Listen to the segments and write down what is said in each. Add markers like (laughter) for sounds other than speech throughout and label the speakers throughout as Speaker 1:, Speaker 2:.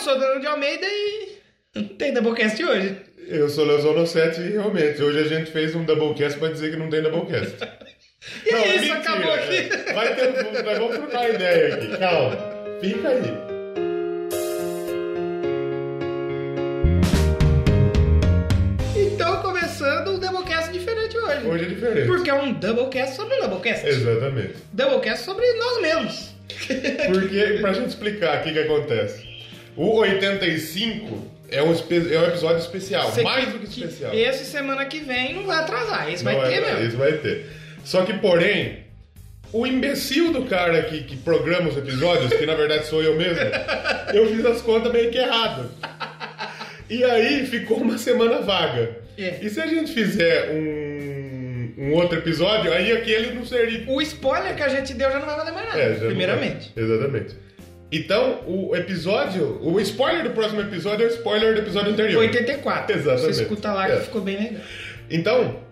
Speaker 1: sou o Danilo de Almeida e não tem Doublecast hoje.
Speaker 2: Eu sou o Leozono 7 e realmente, hoje a gente fez um doublecast pra dizer que não tem doublecast.
Speaker 1: (laughs) E
Speaker 2: Não,
Speaker 1: é isso,
Speaker 2: mentira.
Speaker 1: acabou aqui.
Speaker 2: Vai ter um. Nós vamos trocar ideia aqui. Calma. Fica aí.
Speaker 1: Então, começando um Doublecast diferente hoje.
Speaker 2: Hoje é diferente.
Speaker 1: Porque é um Doublecast sobre um Doublecast.
Speaker 2: Exatamente.
Speaker 1: Doublecast sobre nós mesmos.
Speaker 2: Porque, pra gente explicar o que, que acontece. O 85 é um, espe- é um episódio especial.
Speaker 1: Você- é
Speaker 2: mais do que especial.
Speaker 1: Esse semana que vem não vai atrasar, esse
Speaker 2: Não
Speaker 1: vai ter
Speaker 2: é-
Speaker 1: mesmo.
Speaker 2: Isso vai ter. Só que, porém, o imbecil do cara que, que programa os episódios, que na verdade sou
Speaker 1: (laughs)
Speaker 2: eu mesmo, eu fiz as contas meio que errado. E aí ficou uma semana vaga.
Speaker 1: É.
Speaker 2: E se a gente fizer um, um outro episódio, aí aquele não seria.
Speaker 1: O spoiler que a gente deu já não vai valer mais nada,
Speaker 2: É, já não
Speaker 1: Ah, primeiramente.
Speaker 2: vai. Exatamente. Então, o episódio, o spoiler do próximo episódio é o spoiler do episódio anterior.
Speaker 1: 84.
Speaker 2: Exatamente.
Speaker 1: Você escuta lá que
Speaker 2: É.
Speaker 1: ficou bem legal.
Speaker 2: Então,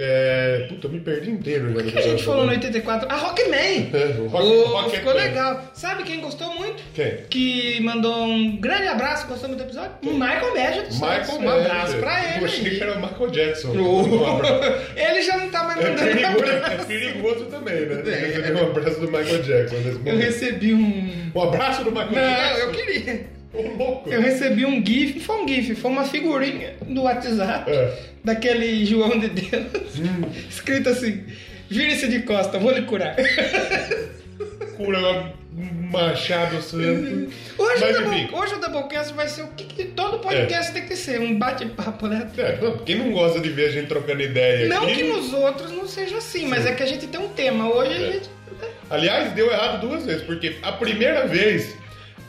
Speaker 2: é... puta, eu me perdi inteiro.
Speaker 1: O que a gente falou no 84? A Rockman!
Speaker 2: É, o Rock-
Speaker 1: O-
Speaker 2: Rock
Speaker 1: ficou
Speaker 2: Man.
Speaker 1: legal. Sabe quem gostou muito?
Speaker 2: Quem?
Speaker 1: Que mandou um grande abraço, gostou muito do episódio? O Michael Badger do Santos.
Speaker 2: Michael
Speaker 1: Um abraço
Speaker 2: Jackson.
Speaker 1: pra ele.
Speaker 2: é Eu achei que
Speaker 1: aí.
Speaker 2: era o Michael Jackson.
Speaker 1: (laughs)
Speaker 2: Um abraço.
Speaker 1: ele já não tá mais
Speaker 2: É
Speaker 1: mandando
Speaker 2: perigoso,
Speaker 1: abraço.
Speaker 2: é perigoso também, né?
Speaker 1: É.
Speaker 2: Receber um abraço do Michael Jackson nesse
Speaker 1: Eu
Speaker 2: momento.
Speaker 1: recebi um.
Speaker 2: Um abraço do Michael
Speaker 1: Não,
Speaker 2: Jackson.
Speaker 1: eu queria.
Speaker 2: Ô, louco.
Speaker 1: Eu recebi um GIF, não foi um GIF, foi uma figurinha no WhatsApp
Speaker 2: É. Hum.
Speaker 1: daquele João de Deus. (laughs) Escrito assim: vire-se de costa, vou lhe curar.
Speaker 2: Cura um machado santo.
Speaker 1: Hoje,
Speaker 2: Mas
Speaker 1: o
Speaker 2: enfim.
Speaker 1: Double, hoje o Doublecast vai ser o que, que todo podcast tem que ser: um bate-papo, né?
Speaker 2: É, não, quem não gosta de ver a gente trocando ideia
Speaker 1: Não
Speaker 2: aqui-
Speaker 1: que nos outros não seja assim, mas é que a gente tem um tema. Hoje a
Speaker 2: É.
Speaker 1: gente. né?
Speaker 2: Aliás, deu errado duas vezes, porque a primeira vez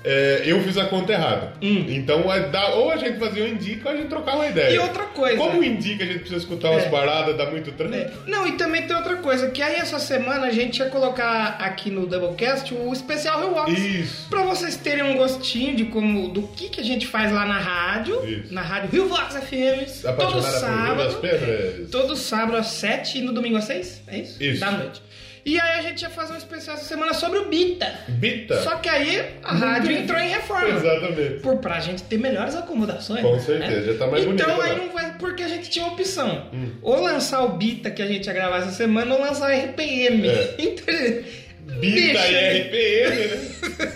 Speaker 2: é, eu fiz a conta errada. Então, é, dá- ou a gente fazia um indica ou a gente trocava uma ideia.
Speaker 1: Hum. E outra coisa.
Speaker 2: Como o indica, a gente precisa escutar umas
Speaker 1: É.
Speaker 2: paradas, dá muito trânsito.
Speaker 1: É. Não, e também tem outra coisa, que aí essa semana a gente ia colocar aqui no Doublecast o especial Rewards.
Speaker 2: Isso.
Speaker 1: Pra vocês terem um gostinho de como, do que, que a gente faz lá na rádio,
Speaker 2: Isso.
Speaker 1: na rádio Rio Vox FM, todo
Speaker 2: Apaixonada por Rio das
Speaker 1: sábado,
Speaker 2: pedras.
Speaker 1: todo sábado às 7 e no domingo às 6, é isso?
Speaker 2: Isso.
Speaker 1: Da noite. E aí a gente ia fazer um especial essa semana sobre o Bita.
Speaker 2: Bita.
Speaker 1: Só que aí a rádio entrou em reforma.
Speaker 2: Exatamente.
Speaker 1: Por, pra gente ter melhores acomodações.
Speaker 2: Com certeza, já tá mais
Speaker 1: Então
Speaker 2: bonito
Speaker 1: aí
Speaker 2: agora. Hum.
Speaker 1: não vai. Porque a gente tinha opção. Ou lançar o Bita que a gente ia gravar essa semana, ou lançar a RPM.
Speaker 2: É.
Speaker 1: (laughs) Então,
Speaker 2: Bita
Speaker 1: deixa,
Speaker 2: e
Speaker 1: né?
Speaker 2: RPM,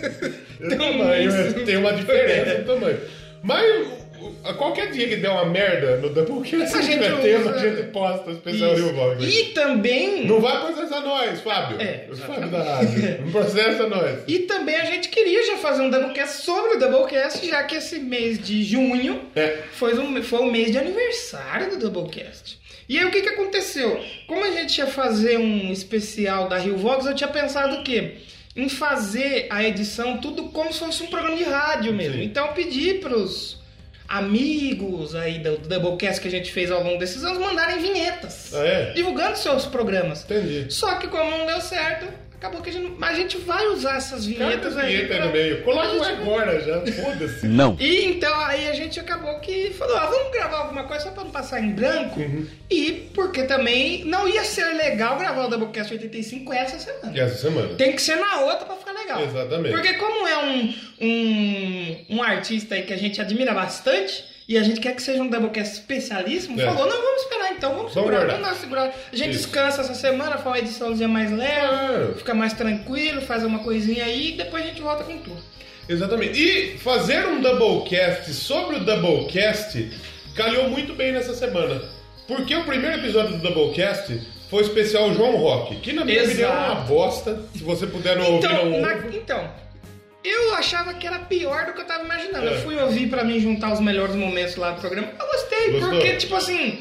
Speaker 1: (laughs)
Speaker 2: né?
Speaker 1: Então, isso.
Speaker 2: tamanho, tem uma diferença no tamanho. Mas o- o- qualquer dia que der uma merda no Doublecast,
Speaker 1: A
Speaker 2: se
Speaker 1: gente
Speaker 2: tiver tema,
Speaker 1: usa-
Speaker 2: a gente posta o especial
Speaker 1: Isso.
Speaker 2: Rio Vox.
Speaker 1: E também.
Speaker 2: Não vai processar nós, Fábio.
Speaker 1: É,
Speaker 2: Os Fábio da
Speaker 1: (laughs)
Speaker 2: rádio. Não processa nós.
Speaker 1: E também a gente queria já fazer um Doublecast sobre o Doublecast, já que esse mês de junho
Speaker 2: É.
Speaker 1: foi um, foi um mês de aniversário do Doublecast. E aí o que, que aconteceu? Como a gente ia fazer um especial da Rio Vox, eu tinha pensado o quê? Em fazer a edição tudo como se fosse um programa de rádio mesmo.
Speaker 2: Sim.
Speaker 1: Então eu pedi pros amigos aí do Doublecast que a gente fez ao longo desses anos mandarem vinhetas.
Speaker 2: Ah, é?
Speaker 1: Divulgando seus programas.
Speaker 2: Entendi.
Speaker 1: Só que como não deu certo, acabou que a gente, não- mas a gente vai usar essas
Speaker 2: Cada
Speaker 1: vinhetas aí.
Speaker 2: vinheta é
Speaker 1: pra-
Speaker 2: no meio. Coloca um uma agora já. Foda-se.
Speaker 3: Não.
Speaker 1: E então aí a gente acabou que falou, ah, vamos gravar alguma coisa só pra não passar em branco. E porque também não ia ser legal gravar o Doublecast 85 essa semana.
Speaker 2: E essa semana?
Speaker 1: Tem que ser na outra pra ficar legal.
Speaker 2: É. Exatamente.
Speaker 1: Porque como é um, um, um artista aí que a gente admira bastante, e a gente quer que seja um Doublecast especialíssimo,
Speaker 2: É.
Speaker 1: falou, não, vamos esperar então, vamos
Speaker 2: Vamos
Speaker 1: segurar,
Speaker 2: guardar.
Speaker 1: vamos dar- segurar. A gente
Speaker 2: Isso.
Speaker 1: descansa essa semana, faz uma ediçãozinha mais leve,
Speaker 2: Claro.
Speaker 1: fica mais tranquilo, faz uma coisinha aí, e depois a gente volta com tudo.
Speaker 2: Exatamente. E fazer um doublecast sobre o doublecast calhou muito bem nessa semana. Porque o primeiro episódio do doublecast foi o especial João Rock, que na minha
Speaker 1: Exato.
Speaker 2: opinião é uma bosta. Se você puder não ouvir,
Speaker 1: Então,
Speaker 2: não
Speaker 1: na-
Speaker 2: ouve.
Speaker 1: então, eu achava que era pior do que eu tava imaginando.
Speaker 2: É.
Speaker 1: Eu fui ouvir pra mim juntar os melhores momentos lá do programa. Eu gostei,
Speaker 2: Gostou?
Speaker 1: porque, tipo assim,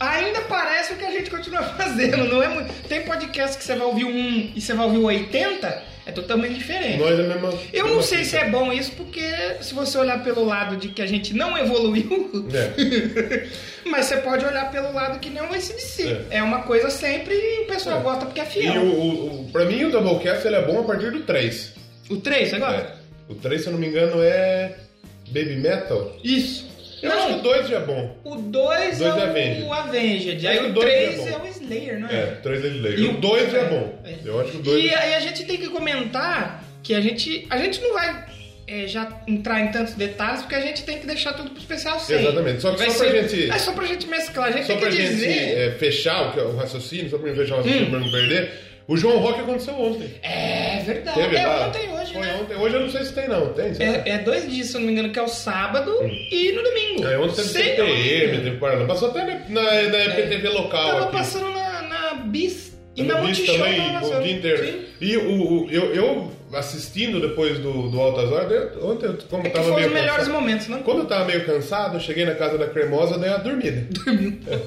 Speaker 1: ainda parece o que a gente continua (laughs) fazendo. Não é muito... Tem podcast que você vai ouvir um e você vai ouvir o 80, é totalmente diferente.
Speaker 2: Nós é a mesma.
Speaker 1: Eu
Speaker 2: mesma
Speaker 1: não sei se é bom isso, porque se você olhar pelo lado de que a gente não evoluiu,
Speaker 2: É.
Speaker 1: (laughs) mas você pode olhar pelo lado que não é esse de si. É. uma coisa sempre e o pessoal
Speaker 2: É.
Speaker 1: gosta porque é
Speaker 2: E
Speaker 1: fiel.
Speaker 2: o, o, o- pra mim o doublecast ele é bom a partir do 3.
Speaker 1: O 3 agora?
Speaker 2: É. O 3, se eu não me engano, é Baby Metal.
Speaker 1: Isso.
Speaker 2: Eu acho que o 2 já é bom.
Speaker 1: O 2 é
Speaker 2: Dois é
Speaker 1: o
Speaker 2: Avenged.
Speaker 1: Avenged.
Speaker 2: Acho
Speaker 1: Aí
Speaker 2: que
Speaker 1: o
Speaker 2: o dois
Speaker 1: 3
Speaker 2: é
Speaker 1: é
Speaker 2: bom.
Speaker 1: o Slayer, não é?
Speaker 2: É, 3 é de
Speaker 1: E
Speaker 2: lei.
Speaker 1: o-
Speaker 2: O 2 é bom.
Speaker 1: É.
Speaker 2: Eu acho que o 2
Speaker 1: E aí a gente tem que comentar que a gente, a gente não vai é, já entrar em tantos detalhes, porque a gente tem que deixar tudo pro especial 100.
Speaker 2: Exatamente. Só que
Speaker 1: Vai
Speaker 2: só pra
Speaker 1: ser-
Speaker 2: gente-
Speaker 1: É só pra gente mesclar, a gente
Speaker 2: Só
Speaker 1: tem
Speaker 2: pra
Speaker 1: que
Speaker 2: gente
Speaker 1: dizer... Hum.
Speaker 2: é, fechar o, que- o raciocínio, só pra gente fechar o raciocínio pra não perder, o João Rock aconteceu ontem.
Speaker 1: É, verdade.
Speaker 2: Teve
Speaker 1: é
Speaker 2: lá?
Speaker 1: ontem, hoje,
Speaker 2: Foi
Speaker 1: né?
Speaker 2: ontem. Hoje eu não sei se tem, não. Tem? Será?
Speaker 1: É, é dois dias, se eu não me engano, que é o sábado e no domingo.
Speaker 2: Aí Hum. É, ontem teve
Speaker 1: Sei É.
Speaker 2: CPM,
Speaker 1: lá.
Speaker 2: teve Paraná. Passou até na, na, na EPTV local
Speaker 1: Tava
Speaker 2: aqui.
Speaker 1: passando na, na Bis e
Speaker 2: Eu
Speaker 1: na
Speaker 2: vi isso
Speaker 1: Multishow. tava
Speaker 2: também o
Speaker 1: passando.
Speaker 2: dia inteiro.
Speaker 1: Sim.
Speaker 2: E o, o- eu, eu assistindo depois do, do Altas Horas, eu- ontem, eu- como
Speaker 1: É que
Speaker 2: tava
Speaker 1: foram
Speaker 2: meio
Speaker 1: os melhores
Speaker 2: cansado,
Speaker 1: momentos, né?
Speaker 2: Quando eu tava meio cansado, eu cheguei na casa da cremosa, dei uma dormida. (laughs)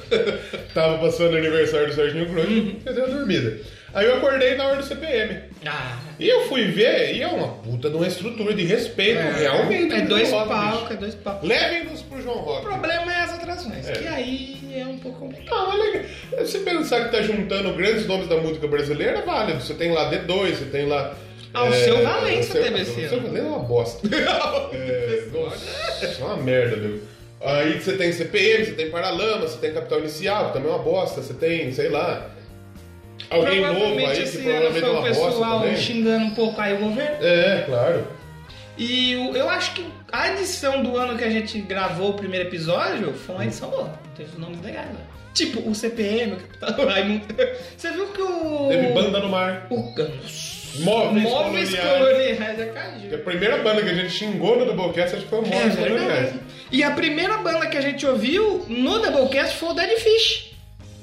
Speaker 2: tava passando o aniversário do Serginho Grosso,
Speaker 1: Uhum.
Speaker 2: eu dei uma dormida. Aí eu acordei na hora do CPM.
Speaker 1: Ah,
Speaker 2: E eu fui ver, e é uma puta de uma estrutura de respeito, realmente.
Speaker 1: É
Speaker 2: do
Speaker 1: dois
Speaker 2: rock,
Speaker 1: palcos,
Speaker 2: bicho.
Speaker 1: é dois palcos.
Speaker 2: Levem-nos pro João
Speaker 1: O
Speaker 2: Rock.
Speaker 1: problema é as atrações,
Speaker 2: É.
Speaker 1: que aí é um pouco complicado.
Speaker 2: Não, é legal. Você pensar que tá juntando grandes nomes da música brasileira, é válido. Você tem lá D2, você tem lá. é,
Speaker 1: Ah, o seu Valença
Speaker 2: o seu-
Speaker 1: teve esse
Speaker 2: O seu
Speaker 1: ano.
Speaker 2: Valença é uma
Speaker 1: (laughs)
Speaker 2: bosta. é, nossa, é uma merda, meu. Aí você tem CPM, você tem Paralama, você tem Capital Inicial, que também é uma bosta. Você tem, sei lá. Alguém novo aí que
Speaker 1: esse ano
Speaker 2: provavelmente é
Speaker 1: foi o
Speaker 2: uma bosta
Speaker 1: pessoal
Speaker 2: também.
Speaker 1: xingando um pouco aí o governo.
Speaker 2: É, claro.
Speaker 1: E o- eu acho que a edição do ano que a gente gravou o primeiro episódio foi uma edição boa. Teve nomes legais, né? Tipo, o CPM, o Capitão (laughs) Raimundo. Você viu que o...
Speaker 2: Teve Banda no Mar,
Speaker 1: O...
Speaker 2: Móveis,
Speaker 1: Móveis
Speaker 2: Coloniais.
Speaker 1: Coloniais da
Speaker 2: Que a
Speaker 1: Caju.
Speaker 2: primeira banda que a gente xingou no Doublecast acho que foi o né?
Speaker 1: É
Speaker 2: Móveis Coloniais.
Speaker 1: verdade. E a primeira banda que a gente ouviu no Doublecast foi o Dead Fish.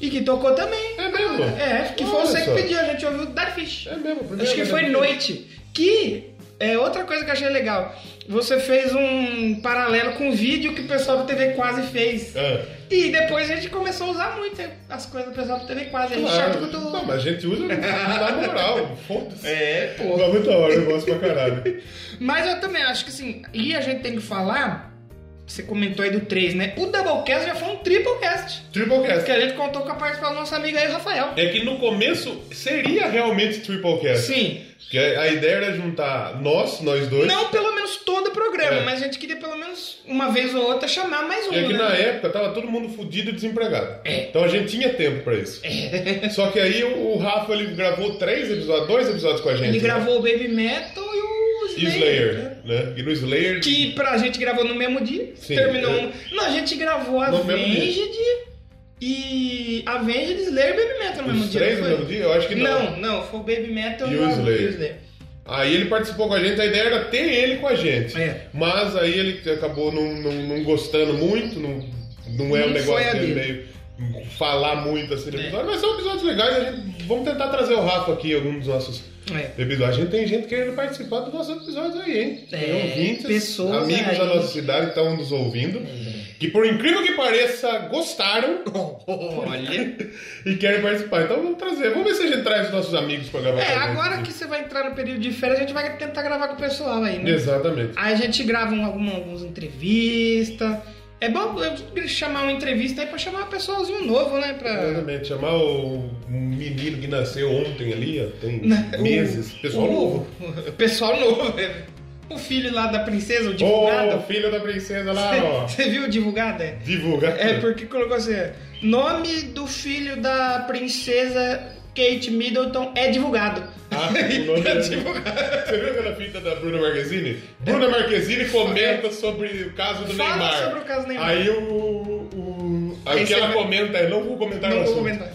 Speaker 1: E que tocou também.
Speaker 2: É mesmo?
Speaker 1: É, que foi
Speaker 2: Olha
Speaker 1: você
Speaker 2: só.
Speaker 1: que pediu, a gente ouviu o Dead Fish.
Speaker 2: É mesmo, a primeira
Speaker 1: Acho que
Speaker 2: banda
Speaker 1: foi
Speaker 2: que-
Speaker 1: noite. Que é outra coisa que eu achei legal. Você fez um paralelo com o vídeo que o pessoal da TV quase fez.
Speaker 2: É.
Speaker 1: E depois a gente começou a usar muito as coisas do pessoal da TV quase. A gente
Speaker 2: Claro.
Speaker 1: É chato quanto-
Speaker 2: É. Não, mas a gente usa na moral, foda-se.
Speaker 1: É, pô.
Speaker 2: Mas muito da hora, eu gosto pra caralho.
Speaker 1: Mas eu também acho que assim, e a gente tem que falar. Você comentou aí do 3, né? O Doublecast já foi um triplecast. Porque
Speaker 2: Triplecast.
Speaker 1: a gente contou com a participação do nosso amigo aí, Rafael.
Speaker 2: É que no começo seria realmente triplecast.
Speaker 1: Sim.
Speaker 2: Que a a ideia era juntar nós, nós dois.
Speaker 1: Não pelo menos todo o programa,
Speaker 2: É.
Speaker 1: mas a gente queria pelo menos uma vez ou outra chamar mais um.
Speaker 2: E aqui
Speaker 1: né?
Speaker 2: na época tava todo mundo fudido e desempregado.
Speaker 1: É.
Speaker 2: Então a gente tinha tempo pra isso. Só que aí o o Rafa ele gravou três episódios, dois episódios com a gente. né?
Speaker 1: Ele gravou o Baby Metal e o
Speaker 2: E o
Speaker 1: Slayer. né?
Speaker 2: Slayer, né? E no Slayer.
Speaker 1: Que pra gente gravou no mesmo dia.
Speaker 2: Sim,
Speaker 1: terminou
Speaker 2: é.
Speaker 1: um. Não, a gente gravou a
Speaker 2: No mesmo dia.
Speaker 1: Avenged e. Avenged, Slayer e Baby Metal no mesmo
Speaker 2: Os
Speaker 1: dia.
Speaker 2: três
Speaker 1: não
Speaker 2: no
Speaker 1: foi?
Speaker 2: mesmo dia? Eu acho que não.
Speaker 1: Não, não, foi o Baby Metal
Speaker 2: E o
Speaker 1: a-
Speaker 2: Slayer. Aí ele participou com a gente, a ideia era ter ele com a gente.
Speaker 1: É.
Speaker 2: Mas aí ele acabou não, não, não gostando muito, não, não é
Speaker 1: Não
Speaker 2: um
Speaker 1: foi
Speaker 2: negócio
Speaker 1: a
Speaker 2: que ele
Speaker 1: dele.
Speaker 2: meio falar muito assim no
Speaker 1: É.
Speaker 2: episódio, mas são episódios legais, a gente, vamos tentar trazer o Rafa aqui, algum dos nossos (laughs)
Speaker 1: É.
Speaker 2: episódios. A gente tem gente querendo participar dos nossos episódios aí, hein? Tem
Speaker 1: É,
Speaker 2: ouvintes,
Speaker 1: pessoas
Speaker 2: amigos
Speaker 1: aí.
Speaker 2: da nossa cidade que estão nos ouvindo, que por incrível que pareça, gostaram
Speaker 1: Olha.
Speaker 2: e querem participar. Então vamos trazer, vamos ver se a gente traz os nossos amigos pra gravar. com
Speaker 1: É,
Speaker 2: a gente.
Speaker 1: agora que você vai entrar no período de férias, a gente vai tentar gravar com o pessoal aí, né?
Speaker 2: Exatamente.
Speaker 1: Aí a gente grava um, alguma, algumas entrevistas. É bom eu chamar uma entrevista aí pra chamar um pessoalzinho novo, né? Pra...
Speaker 2: Exatamente, chamar o menino que nasceu ontem ali, ó, tem
Speaker 1: Né?
Speaker 2: meses.
Speaker 1: O-
Speaker 2: Pessoal
Speaker 1: o-
Speaker 2: novo.
Speaker 1: o Pessoal novo, é. O filho lá da princesa, o
Speaker 2: Ô,
Speaker 1: divulgado.
Speaker 2: filho da princesa lá, ó.
Speaker 1: (laughs) Você viu o divulgado? É?
Speaker 2: Divulga.
Speaker 1: É porque colocou assim: nome do filho da princesa Kate Middleton é divulgado. (laughs)
Speaker 2: Ah, o nome
Speaker 1: é
Speaker 2: é-
Speaker 1: divulgado.
Speaker 2: Você viu aquela fita da Bruna Marquezine? Bruna Marquezine comenta sobre o caso do
Speaker 1: Fala
Speaker 2: Neymar.
Speaker 1: sobre o caso do Neymar.
Speaker 2: Aí o. o, o aí
Speaker 1: Aí
Speaker 2: que
Speaker 1: você
Speaker 2: ela
Speaker 1: vai-
Speaker 2: comenta é: não vou comentar o
Speaker 1: Não vou
Speaker 2: assunto.
Speaker 1: comentar.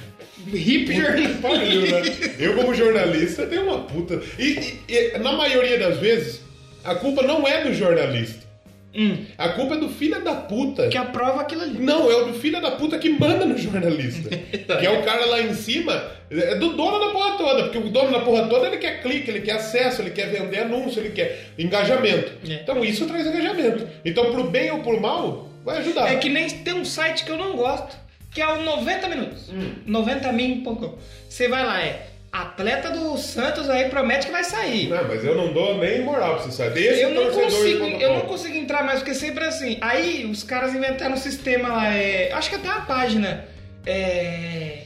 Speaker 1: Hip
Speaker 2: Puta que pariu, né?
Speaker 1: jornalista.
Speaker 2: Eu, como jornalista, tenho uma puta. E, e- e, na maioria das vezes, a culpa não é do jornalista.
Speaker 1: Hum,
Speaker 2: A culpa é do filho da puta.
Speaker 1: que aprova aquilo ali.
Speaker 2: Não, é o do filho da puta que manda
Speaker 1: (laughs)
Speaker 2: no jornalista.
Speaker 1: Tá.
Speaker 2: que é o cara lá em cima, é do dono da porra toda. Porque o dono da porra toda ele quer clique, ele quer acesso, ele quer vender anúncio, ele quer engajamento.
Speaker 1: É.
Speaker 2: Então isso traz engajamento. Então, pro bem ou pro mal, vai ajudar.
Speaker 1: É que nem tem um site que eu não gosto, que é o 90 minutos.
Speaker 2: Hum.
Speaker 1: 90min.com. Você vai lá, é atleta do Santos aí promete que vai sair.
Speaker 2: Não, mas eu não dou nem moral pra você saber. Esse
Speaker 1: Eu não,
Speaker 2: torcedor
Speaker 1: consigo,
Speaker 2: de ponta
Speaker 1: eu não
Speaker 2: ponta.
Speaker 1: consigo entrar mais, porque sempre é assim. Aí os caras inventaram um sistema lá, é, acho que até uma página. É,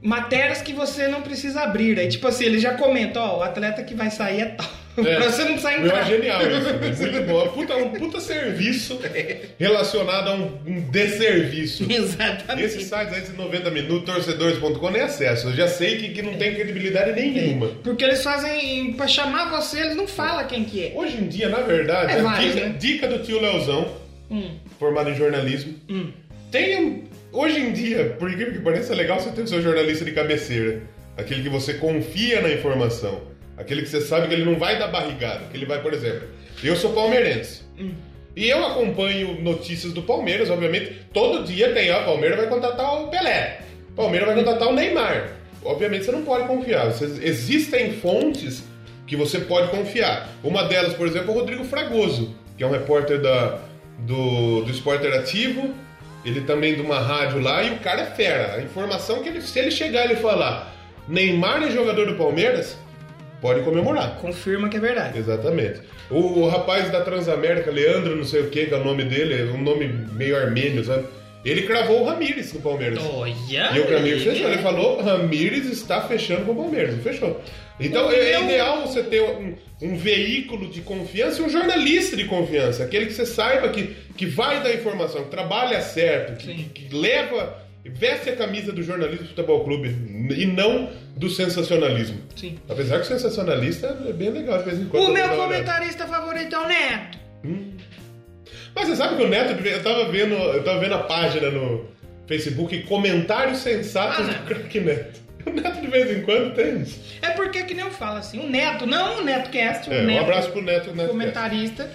Speaker 1: matérias que você não precisa abrir. Aí, tipo assim, ele já comenta, ó, o atleta que vai sair é tal. (laughs)
Speaker 2: É.
Speaker 1: pra você não precisar
Speaker 2: Meu,
Speaker 1: entrar.
Speaker 2: é genial isso, né? muito bom. Puta, um puta serviço relacionado a um, um
Speaker 1: (laughs)
Speaker 2: desserviço.
Speaker 1: Exatamente.
Speaker 2: Esses sites aí de 90 minutos, torcedores.com, nem acesso. Eu já sei que, que não tem credibilidade nenhuma.
Speaker 1: Porque eles fazem. Pra chamar você, eles não falam quem que é.
Speaker 2: Hoje em dia, na verdade,
Speaker 1: É
Speaker 2: a
Speaker 1: vários,
Speaker 2: dica,
Speaker 1: né?
Speaker 2: dica do tio Leozão,
Speaker 1: Hum,
Speaker 2: formado em jornalismo,
Speaker 1: hum.
Speaker 2: tem um- Hoje em dia, por incrível que pareça, é legal você ter o seu jornalista de cabeceira. Aquele que você confia na informação. Aquele que você sabe que ele não vai dar barrigada. Que ele vai, por exemplo, eu sou palmeirense. E eu acompanho notícias do Palmeiras, obviamente. Todo dia tem, ó, o Palmeiras vai contratar o Pelé. O Palmeiras vai contratar o Neymar. Obviamente você não pode confiar. Vocês- existem fontes que você pode confiar. Uma delas, por exemplo, é o Rodrigo Fragoso, que é um repórter da, do, do Esporte Interativo. Ele também de uma rádio lá e o cara é fera. A informação que ele, se ele chegar e ele falar Neymar é jogador do Palmeiras, pode comemorar.
Speaker 1: Confirma que é verdade.
Speaker 2: Exatamente. O, o rapaz da Transamérica, Leandro, não sei o que, que é o nome dele, é um nome meio armênio, sabe? Ele cravou o Ramires no Palmeiras.
Speaker 1: Olha!
Speaker 2: E o Ramires
Speaker 1: aí.
Speaker 2: fechou. Ele falou: Ramires está fechando com o Palmeiras. E Fechou. Então
Speaker 1: O
Speaker 2: é, é
Speaker 1: meu-
Speaker 2: ideal você ter um, um veículo de confiança e um jornalista de confiança. Aquele que você saiba que, que vai dar informação, que trabalha certo, que,
Speaker 1: Sim.
Speaker 2: que- que leva, veste a camisa do jornalismo do futebol clube e não do sensacionalismo.
Speaker 1: Sim.
Speaker 2: Apesar que o sensacionalista assim, é bem legal de vez em quando.
Speaker 1: O
Speaker 2: eu
Speaker 1: meu
Speaker 2: vou dar uma olhada.
Speaker 1: comentarista favorito é o Neto.
Speaker 2: Mas você sabe que o Neto, eu tava vendo, eu tava vendo a página no Facebook, comentários sensatos
Speaker 1: Ah,
Speaker 2: do craque Neto. (laughs) O Neto de vez em quando tem isso.
Speaker 1: É porque que nem eu falo assim, o Neto, não o NetoCast, o
Speaker 2: É, um
Speaker 1: Neto,
Speaker 2: abraço pro Neto, Neto
Speaker 1: comentarista.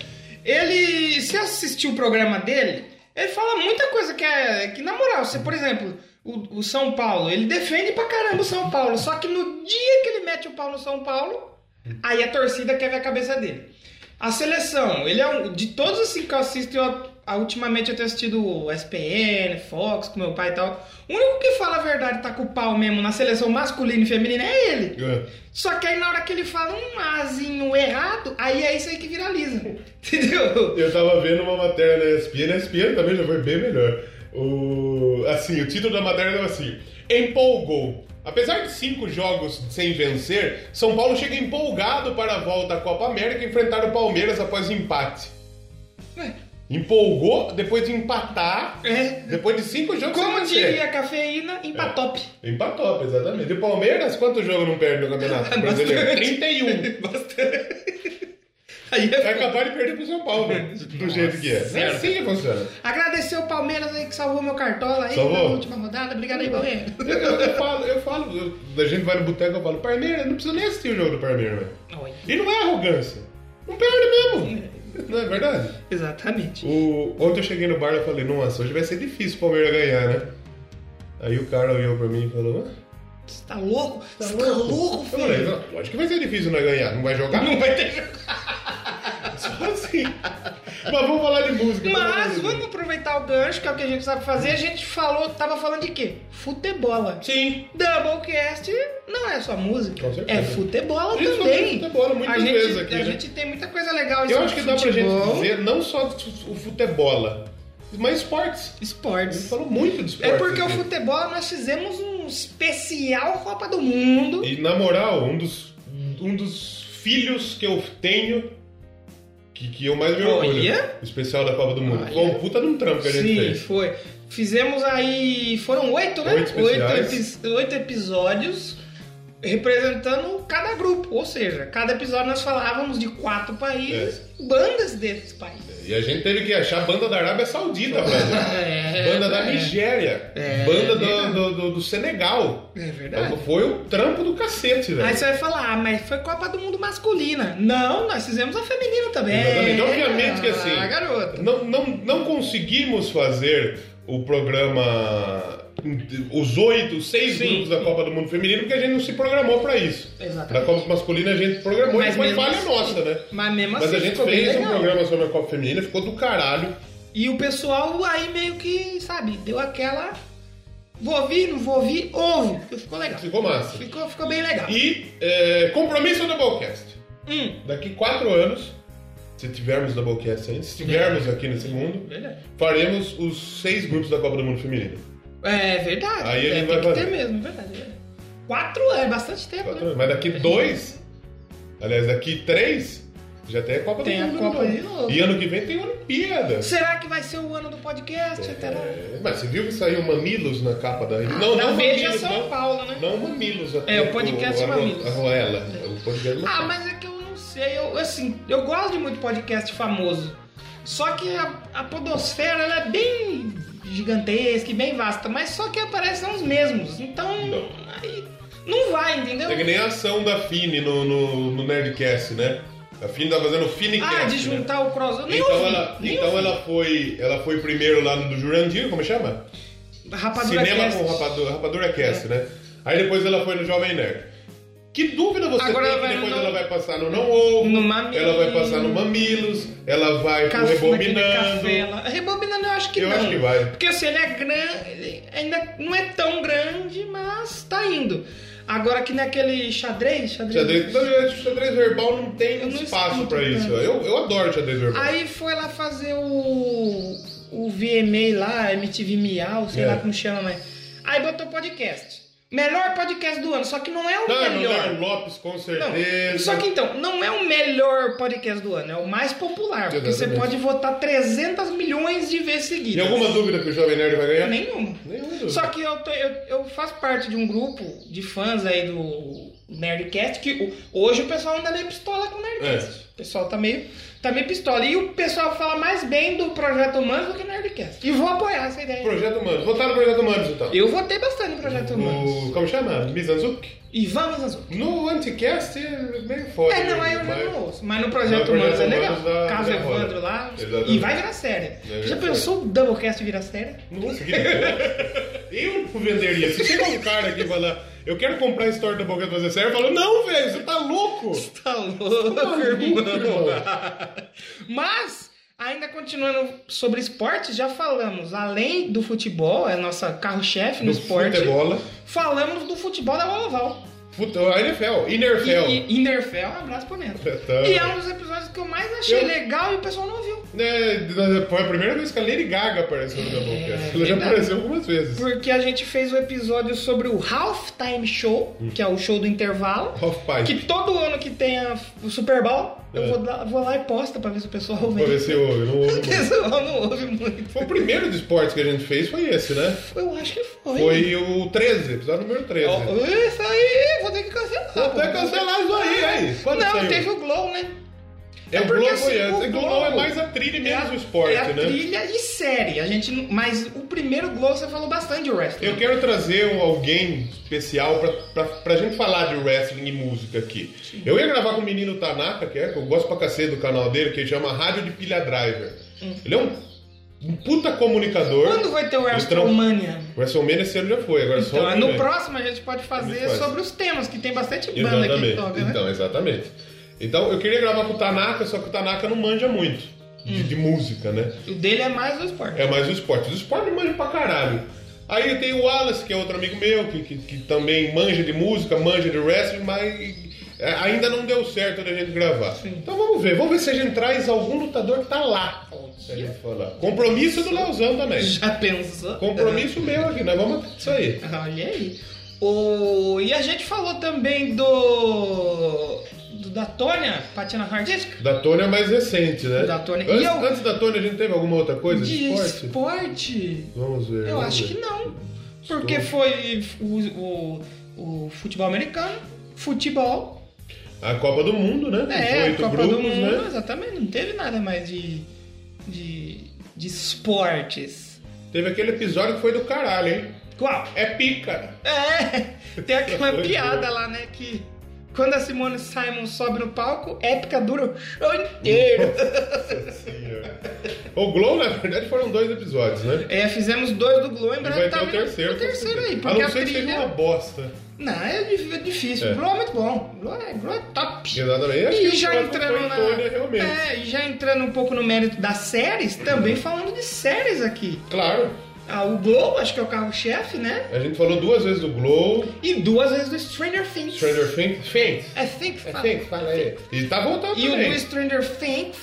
Speaker 1: Ele, se assistir o programa dele, ele fala muita coisa que é, que na moral, você, por exemplo, o, o São Paulo, ele defende pra caramba o São Paulo, só que no dia que ele mete o pau no São Paulo, aí a torcida quer ver a cabeça dele. A seleção, ele é um, de todos assim que eu assisto, eu, ah, ultimamente eu tenho assistido o SPN, Fox, com meu pai e tal. O único que fala a verdade, tá com o pau mesmo na seleção masculina e feminina é ele.
Speaker 2: Neto.
Speaker 1: Só que aí na hora que ele fala um azinho errado, aí é isso aí que viraliza. (laughs) Entendeu?
Speaker 2: Eu tava vendo uma matéria na ESPN, a ESPN também já foi bem melhor. O, assim, o título da matéria era assim: Empolgou. Apesar de cinco jogos sem vencer, São Paulo chega empolgado para a volta à Copa América e enfrentar o Palmeiras após empate.
Speaker 1: Ué,
Speaker 2: Empolgou depois de empatar,
Speaker 1: É.
Speaker 2: depois de cinco jogos sem
Speaker 1: Como
Speaker 2: vencer.
Speaker 1: diria a cafeína, empatop.
Speaker 2: Empatou, exatamente. E o Palmeiras, quantos jogos não perde no Campeonato Brasileiro? 31.
Speaker 1: Bastante. (laughs) Aí é
Speaker 2: É
Speaker 1: foda.
Speaker 2: capaz de perder pro São Paulo, né? do jeito que é. É
Speaker 1: Zero.
Speaker 2: assim que funciona.
Speaker 1: Agradecer o Palmeiras aí que salvou meu cartola aí
Speaker 2: Salvou?
Speaker 1: na última rodada. Obrigado aí, Palmeiras.
Speaker 2: Eu, eu- eu falo, eu falo, eu- a gente vai no boteco eu falo, Palmeiras, não precisa nem assistir o jogo do Palmeiras, velho.
Speaker 1: Olha,
Speaker 2: E não é arrogância. Não perde mesmo. Não é verdade?
Speaker 1: Exatamente.
Speaker 2: O- ontem eu cheguei no bar e falei, nossa, hoje vai ser difícil o Palmeiras ganhar, né? Aí o cara olhou pra mim e falou, "Hã?
Speaker 1: Você tá louco? Você tá louco,
Speaker 2: Eu falei,
Speaker 1: filho?
Speaker 2: "Não, lógico que vai ser difícil não ganhar, não vai jogar? (laughs)
Speaker 1: Não vai ter jogo.
Speaker 2: Só assim. Mas vamos falar de música. pelo amor
Speaker 1: Mas
Speaker 2: de Deus.
Speaker 1: vamos aproveitar o gancho, que é o que a gente sabe fazer. A gente falou, tava falando de quê? Futebola.
Speaker 2: Sim.
Speaker 1: Doublecast não é só música,
Speaker 2: Com certeza.
Speaker 1: é futebola
Speaker 2: A gente
Speaker 1: também.
Speaker 2: falou de futebola muitas
Speaker 1: a gente,
Speaker 2: vezes aqui,
Speaker 1: a
Speaker 2: né?
Speaker 1: gente tem muita coisa legal.
Speaker 2: Eu
Speaker 1: sobre
Speaker 2: acho que dá pra
Speaker 1: futebol,
Speaker 2: gente dizer não só o futebola, mas esportes. A gente
Speaker 1: Esportes.
Speaker 2: falou muito de esportes.
Speaker 1: É porque o
Speaker 2: aqui.
Speaker 1: futebol nós fizemos um especial Copa do Mundo.
Speaker 2: E na moral, um dos, um dos filhos que eu tenho, que, que eu mais me orgulho.
Speaker 1: Olha.
Speaker 2: O especial da Copa do Mundo.
Speaker 1: Olha.
Speaker 2: Foi um puta de um trampo que a gente
Speaker 1: Sim,
Speaker 2: fez.
Speaker 1: foi. Fizemos aí. Foram oito, né?
Speaker 2: Oito especiais.
Speaker 1: epi- oito episódios representando cada grupo. Ou seja, cada episódio nós falávamos de quatro países,
Speaker 2: É.
Speaker 1: bandas desses países.
Speaker 2: E a gente teve que achar a banda da Arábia Saudita, brother.
Speaker 1: É,
Speaker 2: Banda da
Speaker 1: é.
Speaker 2: Nigéria.
Speaker 1: É,
Speaker 2: banda do,
Speaker 1: verdade.
Speaker 2: do, do- do Senegal.
Speaker 1: É verdade.
Speaker 2: Foi um trampo do cacete, velho.
Speaker 1: Aí você vai falar, ah, mas foi Copa do Mundo masculina. Não, nós fizemos a feminina também.
Speaker 2: Exatamente. Obviamente que assim-
Speaker 1: Ah, garota.
Speaker 2: Não, não, não conseguimos fazer o programa. Os oito, os seis
Speaker 1: Sim.
Speaker 2: grupos da Copa do Mundo Feminino, porque a gente não se programou pra isso. Da
Speaker 1: Exatamente.
Speaker 2: Copa Masculina a gente programou,
Speaker 1: Mas
Speaker 2: mas foi
Speaker 1: mesmo
Speaker 2: falha
Speaker 1: assim-
Speaker 2: nossa, né?
Speaker 1: Mas mesmo
Speaker 2: Mas
Speaker 1: assim,
Speaker 2: a gente
Speaker 1: ficou bem
Speaker 2: fez um
Speaker 1: legal.
Speaker 2: programa sobre a Copa Feminina, ficou do caralho.
Speaker 1: E o pessoal aí meio que, sabe, deu aquela. Vou ouvir, não vou ouvir, ouve. Ficou legal.
Speaker 2: Ficou massa.
Speaker 1: Ficou, ficou bem legal.
Speaker 2: E é, compromisso do Doublecast.
Speaker 1: Hum.
Speaker 2: Daqui quatro anos, se tivermos Doublecast ainda, se estivermos aqui nesse mundo,
Speaker 1: Verdade.
Speaker 2: faremos os seis grupos da Copa do Mundo Feminino.
Speaker 1: É verdade.
Speaker 2: Aí ele
Speaker 1: é,
Speaker 2: vai
Speaker 1: tem que
Speaker 2: fazer.
Speaker 1: ter mesmo, é verdade. é verdade. Quatro anos, é bastante tempo,
Speaker 2: Quatro
Speaker 1: né?
Speaker 2: anos. Mas daqui dois, Aliás, daqui três já tem a Copa
Speaker 1: Tem
Speaker 2: do
Speaker 1: a
Speaker 2: Mundo.
Speaker 1: Copa
Speaker 2: né?
Speaker 1: de novo.
Speaker 2: E ano que vem tem Olimpíada.
Speaker 1: Será que vai ser o ano do podcast até lá?
Speaker 2: É, mas você viu que saiu Mamilos na capa da Não,
Speaker 1: Na
Speaker 2: não
Speaker 1: Ah, Veja
Speaker 2: Mamilos,
Speaker 1: São
Speaker 2: não.
Speaker 1: Paulo, né?
Speaker 2: Não Mamilos.
Speaker 1: É, o podcast Mamilos.
Speaker 2: A Roela. né? O podcast
Speaker 1: Ah,
Speaker 2: local.
Speaker 1: mas é que eu não sei. Eu, assim, eu gosto de muito podcast famoso. Só que a, a podosfera ela é bem gigantesca e bem vasta, mas só que aparecem os mesmos. Então,
Speaker 2: Não.
Speaker 1: aí não vai, entendeu?
Speaker 2: É que nem a ação da Fini no, no, no Nerdcast, né? A Fini tá fazendo o Finicast.
Speaker 1: Ah, de
Speaker 2: né?
Speaker 1: juntar o crossover. Nem
Speaker 2: Então,
Speaker 1: ouvi,
Speaker 2: ela,
Speaker 1: nem
Speaker 2: então
Speaker 1: ouvi.
Speaker 2: ela, foi, ela foi primeiro lá no do Jurandir, como chama?
Speaker 1: Rapadura
Speaker 2: Cinema
Speaker 1: Cast.
Speaker 2: com Rapadura, Rapadura Cast, né? Aí depois ela foi no Jovem Nerd. Que dúvida você
Speaker 1: Agora
Speaker 2: tem
Speaker 1: ela
Speaker 2: que
Speaker 1: vai
Speaker 2: depois
Speaker 1: no-
Speaker 2: ela vai passar no Não Ovo,
Speaker 1: No Mamilos.
Speaker 2: ela vai passar no Mamilos, ela vai pro
Speaker 1: Café, naquele
Speaker 2: Rebobinando.
Speaker 1: café lá. Rebobinando eu acho que
Speaker 2: Eu
Speaker 1: não.
Speaker 2: acho que vai.
Speaker 1: Porque assim, ele é grande, ele ainda não é tão grande, mas tá indo. Xadrez, que naquele xadrez, xadrez.
Speaker 2: Xadrez, não, xadrez verbal não tem
Speaker 1: Eu não
Speaker 2: espaço
Speaker 1: escuto
Speaker 2: pra isso.
Speaker 1: tanto.
Speaker 2: Eu, eu adoro xadrez verbal.
Speaker 1: Aí foi lá fazer o, o VMA lá, MTV Miau, sei
Speaker 2: É.
Speaker 1: lá como chama, mas. Aí botou podcast. Melhor podcast do ano, só que não é o
Speaker 2: Não, não,
Speaker 1: melhor.
Speaker 2: não, Lopes com
Speaker 1: Não,
Speaker 2: certeza.
Speaker 1: Só que então, não é o melhor podcast do ano, é o mais popular. Porque você
Speaker 2: Exatamente.
Speaker 1: pode votar 300 milhões de vezes seguidas.
Speaker 2: E alguma dúvida que o Jovem Nerd vai ganhar?
Speaker 1: Nenhuma.
Speaker 2: Nenhuma dúvida.
Speaker 1: Só que eu, tô- eu, eu faço parte de um grupo de fãs aí do Nerdcast, que o- hoje o pessoal anda meio pistola com o Nerdcast.
Speaker 2: É.
Speaker 1: O pessoal tá meio, tá meio pistola. E o pessoal fala mais bem do Projeto Humanos do que Nerdcast. E vou apoiar essa ideia.
Speaker 2: Projeto Humanos. Votar no Projeto Humanos, então.
Speaker 1: Eu votei bastante no Projeto Humanos.
Speaker 2: No, como chama? Mizanzuki?
Speaker 1: E vamos azul.
Speaker 2: No Anticast é meio foda.
Speaker 1: É, não, aí eu já
Speaker 2: mas-
Speaker 1: não ouço. Mas no Projeto
Speaker 2: Mas no
Speaker 1: Humanos
Speaker 2: Projeto
Speaker 1: é legal.
Speaker 2: Humanos dá-
Speaker 1: Caso
Speaker 2: dá roda.
Speaker 1: Evandro lá.
Speaker 2: Exatamente.
Speaker 1: E vai virar série.
Speaker 2: É
Speaker 1: Já
Speaker 2: verdade.
Speaker 1: pensou o Doublecast virar série?
Speaker 2: Nossa, que (laughs) Eu não venderia. Se chega um cara aqui e falar, eu quero comprar a história da Boca do Fazer Sério, eu falo, não, velho, você tá
Speaker 1: (laughs)
Speaker 2: louco.
Speaker 1: Tá louco,
Speaker 2: Tá
Speaker 1: irmão.
Speaker 2: louco, irmão.
Speaker 1: Mas, ainda continuando sobre esportes, já falamos, além do futebol, é nossa carro-chefe no
Speaker 2: Do
Speaker 1: esporte,
Speaker 2: Futebola.
Speaker 1: falamos do futebol da bola oval.
Speaker 2: Futebol, NFL,
Speaker 1: E,
Speaker 2: Inerfel.
Speaker 1: e Interfel, um abraço pro Neto.
Speaker 2: Tá.
Speaker 1: E é um dos episódios que eu mais achei
Speaker 2: Eu-
Speaker 1: legal e o pessoal não viu.
Speaker 2: É, foi a primeira vez que a Lady Gaga apareceu no Doublecast. Ela já
Speaker 1: É, verdade.
Speaker 2: apareceu algumas vezes.
Speaker 1: Porque a gente fez o episódio sobre o Halftime Show,
Speaker 2: Hum.
Speaker 1: que é o show do intervalo.
Speaker 2: Halfpipe.
Speaker 1: Que todo ano que tem a- o Super Bowl, eu
Speaker 2: É.
Speaker 1: vou, lá- vou lá e posta pra ver se o pessoal
Speaker 2: Pra ver
Speaker 1: ouve.
Speaker 2: se ouve, não
Speaker 1: O (laughs)
Speaker 2: ouve muito.
Speaker 1: pessoal não ouve muito.
Speaker 2: Foi o primeiro de esportes que a gente fez, foi esse, né?
Speaker 1: Eu acho que foi.
Speaker 2: Foi o 13, episódio número 13.
Speaker 1: Ó, Isso aí, vou ter que cancelar.
Speaker 2: Vou ter que cancelar isso aí, aí. Quando
Speaker 1: não,
Speaker 2: saiu?
Speaker 1: teve o Glow, né?
Speaker 2: É,
Speaker 1: É
Speaker 2: o
Speaker 1: porque,
Speaker 2: Globo
Speaker 1: assim,
Speaker 2: e
Speaker 1: o
Speaker 2: antes. É que o Globo
Speaker 1: Globo
Speaker 2: é mais a trilha e menos
Speaker 1: a-
Speaker 2: o esporte,
Speaker 1: é a
Speaker 2: né?
Speaker 1: trilha e série. A gente, não- mas o primeiro Glow você falou bastante de wrestling.
Speaker 2: Eu quero trazer um, alguém especial pra, pra, pra gente falar de wrestling e música aqui. Eu ia gravar com o menino Tanaka, que, é, que eu gosto pra cacete do canal dele, que ele chama Rádio de Pilha Driver. Ele é um, um puta comunicador.
Speaker 1: Hum. Quando vai ter o
Speaker 2: Então,
Speaker 1: WrestleMania?
Speaker 2: O WrestleMania esse ano já foi, agora é só.
Speaker 1: Então,
Speaker 2: o que
Speaker 1: no
Speaker 2: vem.
Speaker 1: próximo a gente pode fazer
Speaker 2: gente faz.
Speaker 1: sobre os temas, que tem bastante banda aqui que
Speaker 2: Exatamente.
Speaker 1: toca, né?
Speaker 2: então, exatamente. Então, eu queria gravar com o Tanaka, só que o Tanaka não manja muito
Speaker 1: Hum.
Speaker 2: de- de música, né?
Speaker 1: O dele é mais o esporte.
Speaker 2: É mais o esporte. O esporte manja pra caralho. Aí tem o Wallace, que é outro amigo meu, que, que, que também manja de música, manja de wrestling, mas é, ainda não deu certo da gente gravar.
Speaker 1: Sim.
Speaker 2: Então vamos ver, vamos ver se a gente traz algum lutador que tá lá. pra gente falar. Compromisso do Leozão
Speaker 1: (laughs)
Speaker 2: também.
Speaker 1: Já pensou? Ah,
Speaker 2: Compromisso meu aqui, nós vamos isso aí.
Speaker 1: Olha aí. O... E a gente falou também do. do da Tônia, Patina Hardística.
Speaker 2: Da Tônia é mais recente, né?
Speaker 1: Da Tônia.
Speaker 2: Antes,
Speaker 1: E eu-
Speaker 2: antes da Tônia a gente teve alguma outra coisa de,
Speaker 1: De
Speaker 2: esporte?
Speaker 1: esporte?
Speaker 2: Vamos ver.
Speaker 1: Eu
Speaker 2: vamos
Speaker 1: acho
Speaker 2: ver.
Speaker 1: que não. Porque foi o, o, o futebol americano, futebol,
Speaker 2: A Copa do Mundo, né?
Speaker 1: é,
Speaker 2: Os oito
Speaker 1: Copa
Speaker 2: grupos,
Speaker 1: do Mundo,
Speaker 2: né?
Speaker 1: exatamente. Não teve nada mais de, de, de esportes.
Speaker 2: Teve aquele episódio que foi do caralho, hein?
Speaker 1: Qual?
Speaker 2: É pica.
Speaker 1: É, (laughs) tem aquela
Speaker 2: Foi
Speaker 1: piada
Speaker 2: boa.
Speaker 1: lá, né, que quando a Simone Simon sobe no palco, épica dura o show inteiro.
Speaker 2: o Glow, na verdade, foram dois episódios, né?
Speaker 1: É, fizemos dois do Glow, em
Speaker 2: E
Speaker 1: breve
Speaker 2: vai ter
Speaker 1: tá
Speaker 2: o
Speaker 1: vindo
Speaker 2: terceiro.
Speaker 1: o terceiro aí,
Speaker 2: A
Speaker 1: porque a,
Speaker 2: não ser que seja uma
Speaker 1: trilha...
Speaker 2: bosta.
Speaker 1: Não, é dif- é difícil,
Speaker 2: É.
Speaker 1: o Glow é muito bom, o Glow é, Glow é top.
Speaker 2: Exatamente. Acho
Speaker 1: E
Speaker 2: que
Speaker 1: já
Speaker 2: o próximo
Speaker 1: entrando
Speaker 2: foi
Speaker 1: na.
Speaker 2: Tônia, realmente.
Speaker 1: É, e já entrando um pouco no mérito das séries, também falando de séries aqui.
Speaker 2: Claro.
Speaker 1: Ah, o Glow, acho que é o carro-chefe, né?
Speaker 2: A gente falou duas vezes do Glow,
Speaker 1: E duas vezes do Stranger Things.
Speaker 2: Stranger Things. Things.
Speaker 1: É Think
Speaker 2: É
Speaker 1: fala.
Speaker 2: Things, fala aí. E tá voltando
Speaker 1: E o
Speaker 2: também.
Speaker 1: do Stranger Things.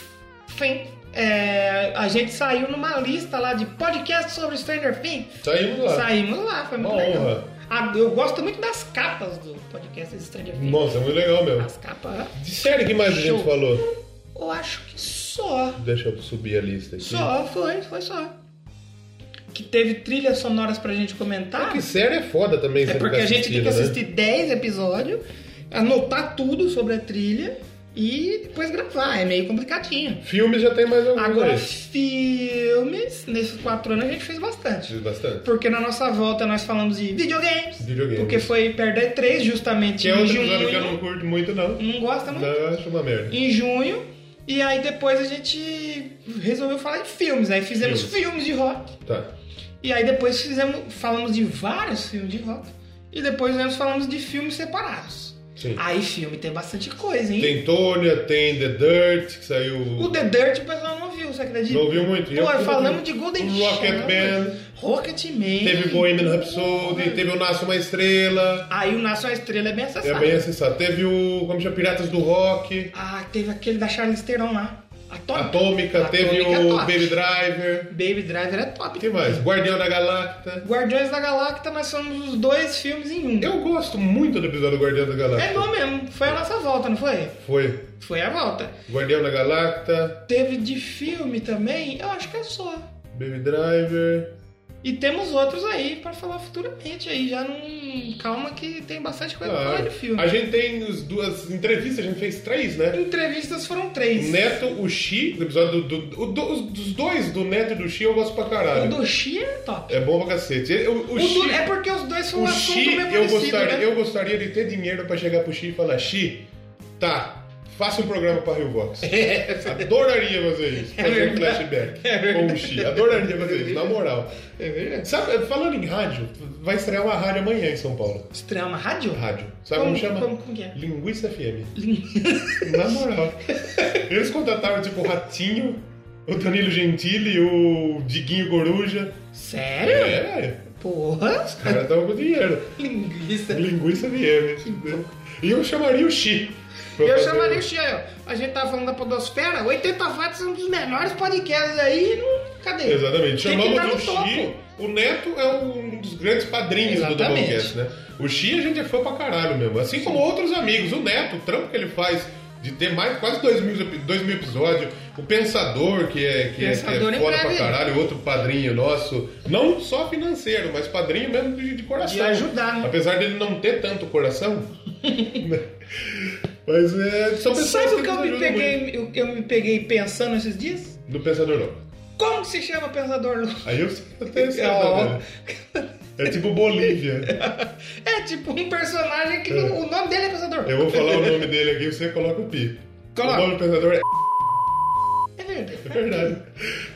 Speaker 1: Think, é, a gente saiu numa lista lá de podcast sobre Stranger Things.
Speaker 2: Saímos Tá lá.
Speaker 1: Saímos lá, foi muito
Speaker 2: Uma
Speaker 1: legal.
Speaker 2: honra.
Speaker 1: Ah, eu gosto muito das capas do podcast Stranger Things.
Speaker 2: Nossa, é muito legal mesmo.
Speaker 1: As capas.
Speaker 2: De série que mais a gente
Speaker 1: Show.
Speaker 2: falou?
Speaker 1: Eu acho que só.
Speaker 2: Deixa eu subir a lista aqui.
Speaker 1: Só, foi, foi só. Que teve trilhas sonoras pra gente comentar.
Speaker 2: Que série é foda também.
Speaker 1: É
Speaker 2: você
Speaker 1: porque
Speaker 2: ficar
Speaker 1: a gente tem que
Speaker 2: assistindo, né?
Speaker 1: assistir 10 episódios, anotar tudo sobre a trilha e depois gravar. É meio complicadinho.
Speaker 2: Filmes já tem mais alguns.
Speaker 1: Agora,
Speaker 2: aí.
Speaker 1: filmes, nesses quatro anos a gente fez bastante.
Speaker 2: Assisti bastante.
Speaker 1: Porque na nossa volta nós falamos de videogames.
Speaker 2: Videogames.
Speaker 1: Porque foi perder três justamente
Speaker 2: Que é
Speaker 1: em
Speaker 2: outro
Speaker 1: junho.
Speaker 2: episódio que eu não curto muito, não.
Speaker 1: não gosta muito.
Speaker 2: Não, eu acho uma merda.
Speaker 1: Em junho. E aí depois a gente resolveu falar de filmes. Aí fizemos
Speaker 2: Filmes.
Speaker 1: filmes de rock.
Speaker 2: Tá.
Speaker 1: E aí depois fizemos, falamos de vários filmes de rock. E depois nós falamos de filmes separados.
Speaker 2: Sim.
Speaker 1: Aí filme tem bastante coisa, hein?
Speaker 2: Tem Tônia, tem The Dirt, que saiu.
Speaker 1: O The Dirt o pessoal não viu, você acredita?
Speaker 2: Não ouviu muito. E
Speaker 1: Pô,
Speaker 2: eu curto
Speaker 1: falamos
Speaker 2: muito.
Speaker 1: de Golden
Speaker 2: Rocket
Speaker 1: Shower, né?
Speaker 2: Man.
Speaker 1: Rocketman.
Speaker 2: Teve Bohemian Rhapsody, teve o Nasce uma Estrela.
Speaker 1: Aí o Nação Estrela é bem acessado.
Speaker 2: É bem acessado. Teve o. Como chama? Piratas do Rock.
Speaker 1: Ah, teve aquele da Charlize Theron lá. Atômica.
Speaker 2: Atômica, teve
Speaker 1: Atômica é
Speaker 2: o
Speaker 1: top.
Speaker 2: Baby Driver.
Speaker 1: Baby Driver é top.
Speaker 2: O que mais? Guardião da Galáctica.
Speaker 1: Guardiões da Galáctica, nós somos os dois filmes em um.
Speaker 2: Eu gosto muito do episódio do Guardião da Galáctica.
Speaker 1: É bom mesmo. Foi a nossa volta, não foi?
Speaker 2: Foi.
Speaker 1: Foi a volta.
Speaker 2: Guardião da Galáctica,
Speaker 1: Teve de filme também, eu acho que é só.
Speaker 2: Baby Driver.
Speaker 1: E temos outros aí pra falar futuramente aí, já não. Calma que tem bastante coisa pra falar
Speaker 2: Claro.
Speaker 1: de filme.
Speaker 2: A gente tem as duas entrevistas, a gente fez três, né?
Speaker 1: Entrevistas foram três.
Speaker 2: Neto, o Xi, o episódio do, do- o do- os- dos dois, do Neto e do Xi, eu gosto pra
Speaker 1: O
Speaker 2: caralho.
Speaker 1: do Xi é top.
Speaker 2: É bom pra cacete. Ele- O, o,
Speaker 1: O
Speaker 2: Xi,
Speaker 1: do- É porque os dois são um
Speaker 2: o
Speaker 1: assunto
Speaker 2: Xi,
Speaker 1: meio
Speaker 2: eu,
Speaker 1: parecido,
Speaker 2: gostaria,
Speaker 1: né?
Speaker 2: eu gostaria de ter dinheiro pra chegar pro Xi e falar: Xi, tá, faça um programa pra
Speaker 1: (laughs)
Speaker 2: Rio Vox. Adoraria fazer isso, fazer
Speaker 1: É
Speaker 2: um
Speaker 1: verdade.
Speaker 2: flashback
Speaker 1: É
Speaker 2: com
Speaker 1: verdade.
Speaker 2: o Xi. Adoraria fazer isso, na moral.
Speaker 1: É verdade.
Speaker 2: Sabe, falando em rádio, vai estrear uma rádio amanhã em São Paulo.
Speaker 1: Estreia uma rádio?
Speaker 2: rádio. Sabe
Speaker 1: Como-
Speaker 2: como, chama?
Speaker 1: como- como que é?
Speaker 2: Linguiça FM.
Speaker 1: Lin-
Speaker 2: Na moral. Eles contrataram, tipo, o Ratinho, o Danilo Gentili, o Diguinho Coruja.
Speaker 1: Sério?
Speaker 2: É,
Speaker 1: Porra!
Speaker 2: os caras estavam com dinheiro.
Speaker 1: Linguiça.
Speaker 2: Linguiça FM. E eu chamaria o Xi. pra
Speaker 1: Eu
Speaker 2: fazer-
Speaker 1: chamaria o Xi, ó. A gente tava falando da Podosfera, 80 Watts é um dos melhores podcasts aí. Não... Cadê?
Speaker 2: Exatamente.
Speaker 1: Tem que
Speaker 2: Chamamos
Speaker 1: tá no
Speaker 2: o Xi.
Speaker 1: topo.
Speaker 2: O Neto é um dos grandes padrinhos do
Speaker 1: Exatamente.
Speaker 2: Doublecast, né? O Xi a gente é fã pra caralho mesmo. Assim como outros amigos. O Neto, o trampo que ele faz de ter mais quase dois mil, epi- dois mil episódios. O Pensador, que é, que é, que
Speaker 1: Pensador
Speaker 2: é
Speaker 1: em
Speaker 2: foda pra
Speaker 1: breve.
Speaker 2: caralho. Outro padrinho nosso. Não só financeiro, mas padrinho mesmo de, de coração.
Speaker 1: De ajudar, né?
Speaker 2: Apesar dele não ter tanto
Speaker 1: (laughs)
Speaker 2: coração. mas é, são pessoas
Speaker 1: Sabe o que eu
Speaker 2: nos
Speaker 1: me
Speaker 2: ajudam muito.
Speaker 1: peguei, eu, eu me peguei pensando esses dias?
Speaker 2: No Pensador não.
Speaker 1: Como que se chama Pensador Louco?
Speaker 2: Aí eu sei que eu tenho certeza,
Speaker 1: Ó.
Speaker 2: né? É tipo Bolívia.
Speaker 1: (laughs) É tipo um personagem que não- o nome dele é Pensador.
Speaker 2: Eu vou falar o nome dele aqui e você coloca o pi.
Speaker 1: Coloca.
Speaker 2: O nome do pensador é (laughs)
Speaker 1: É verdade.
Speaker 2: verdade.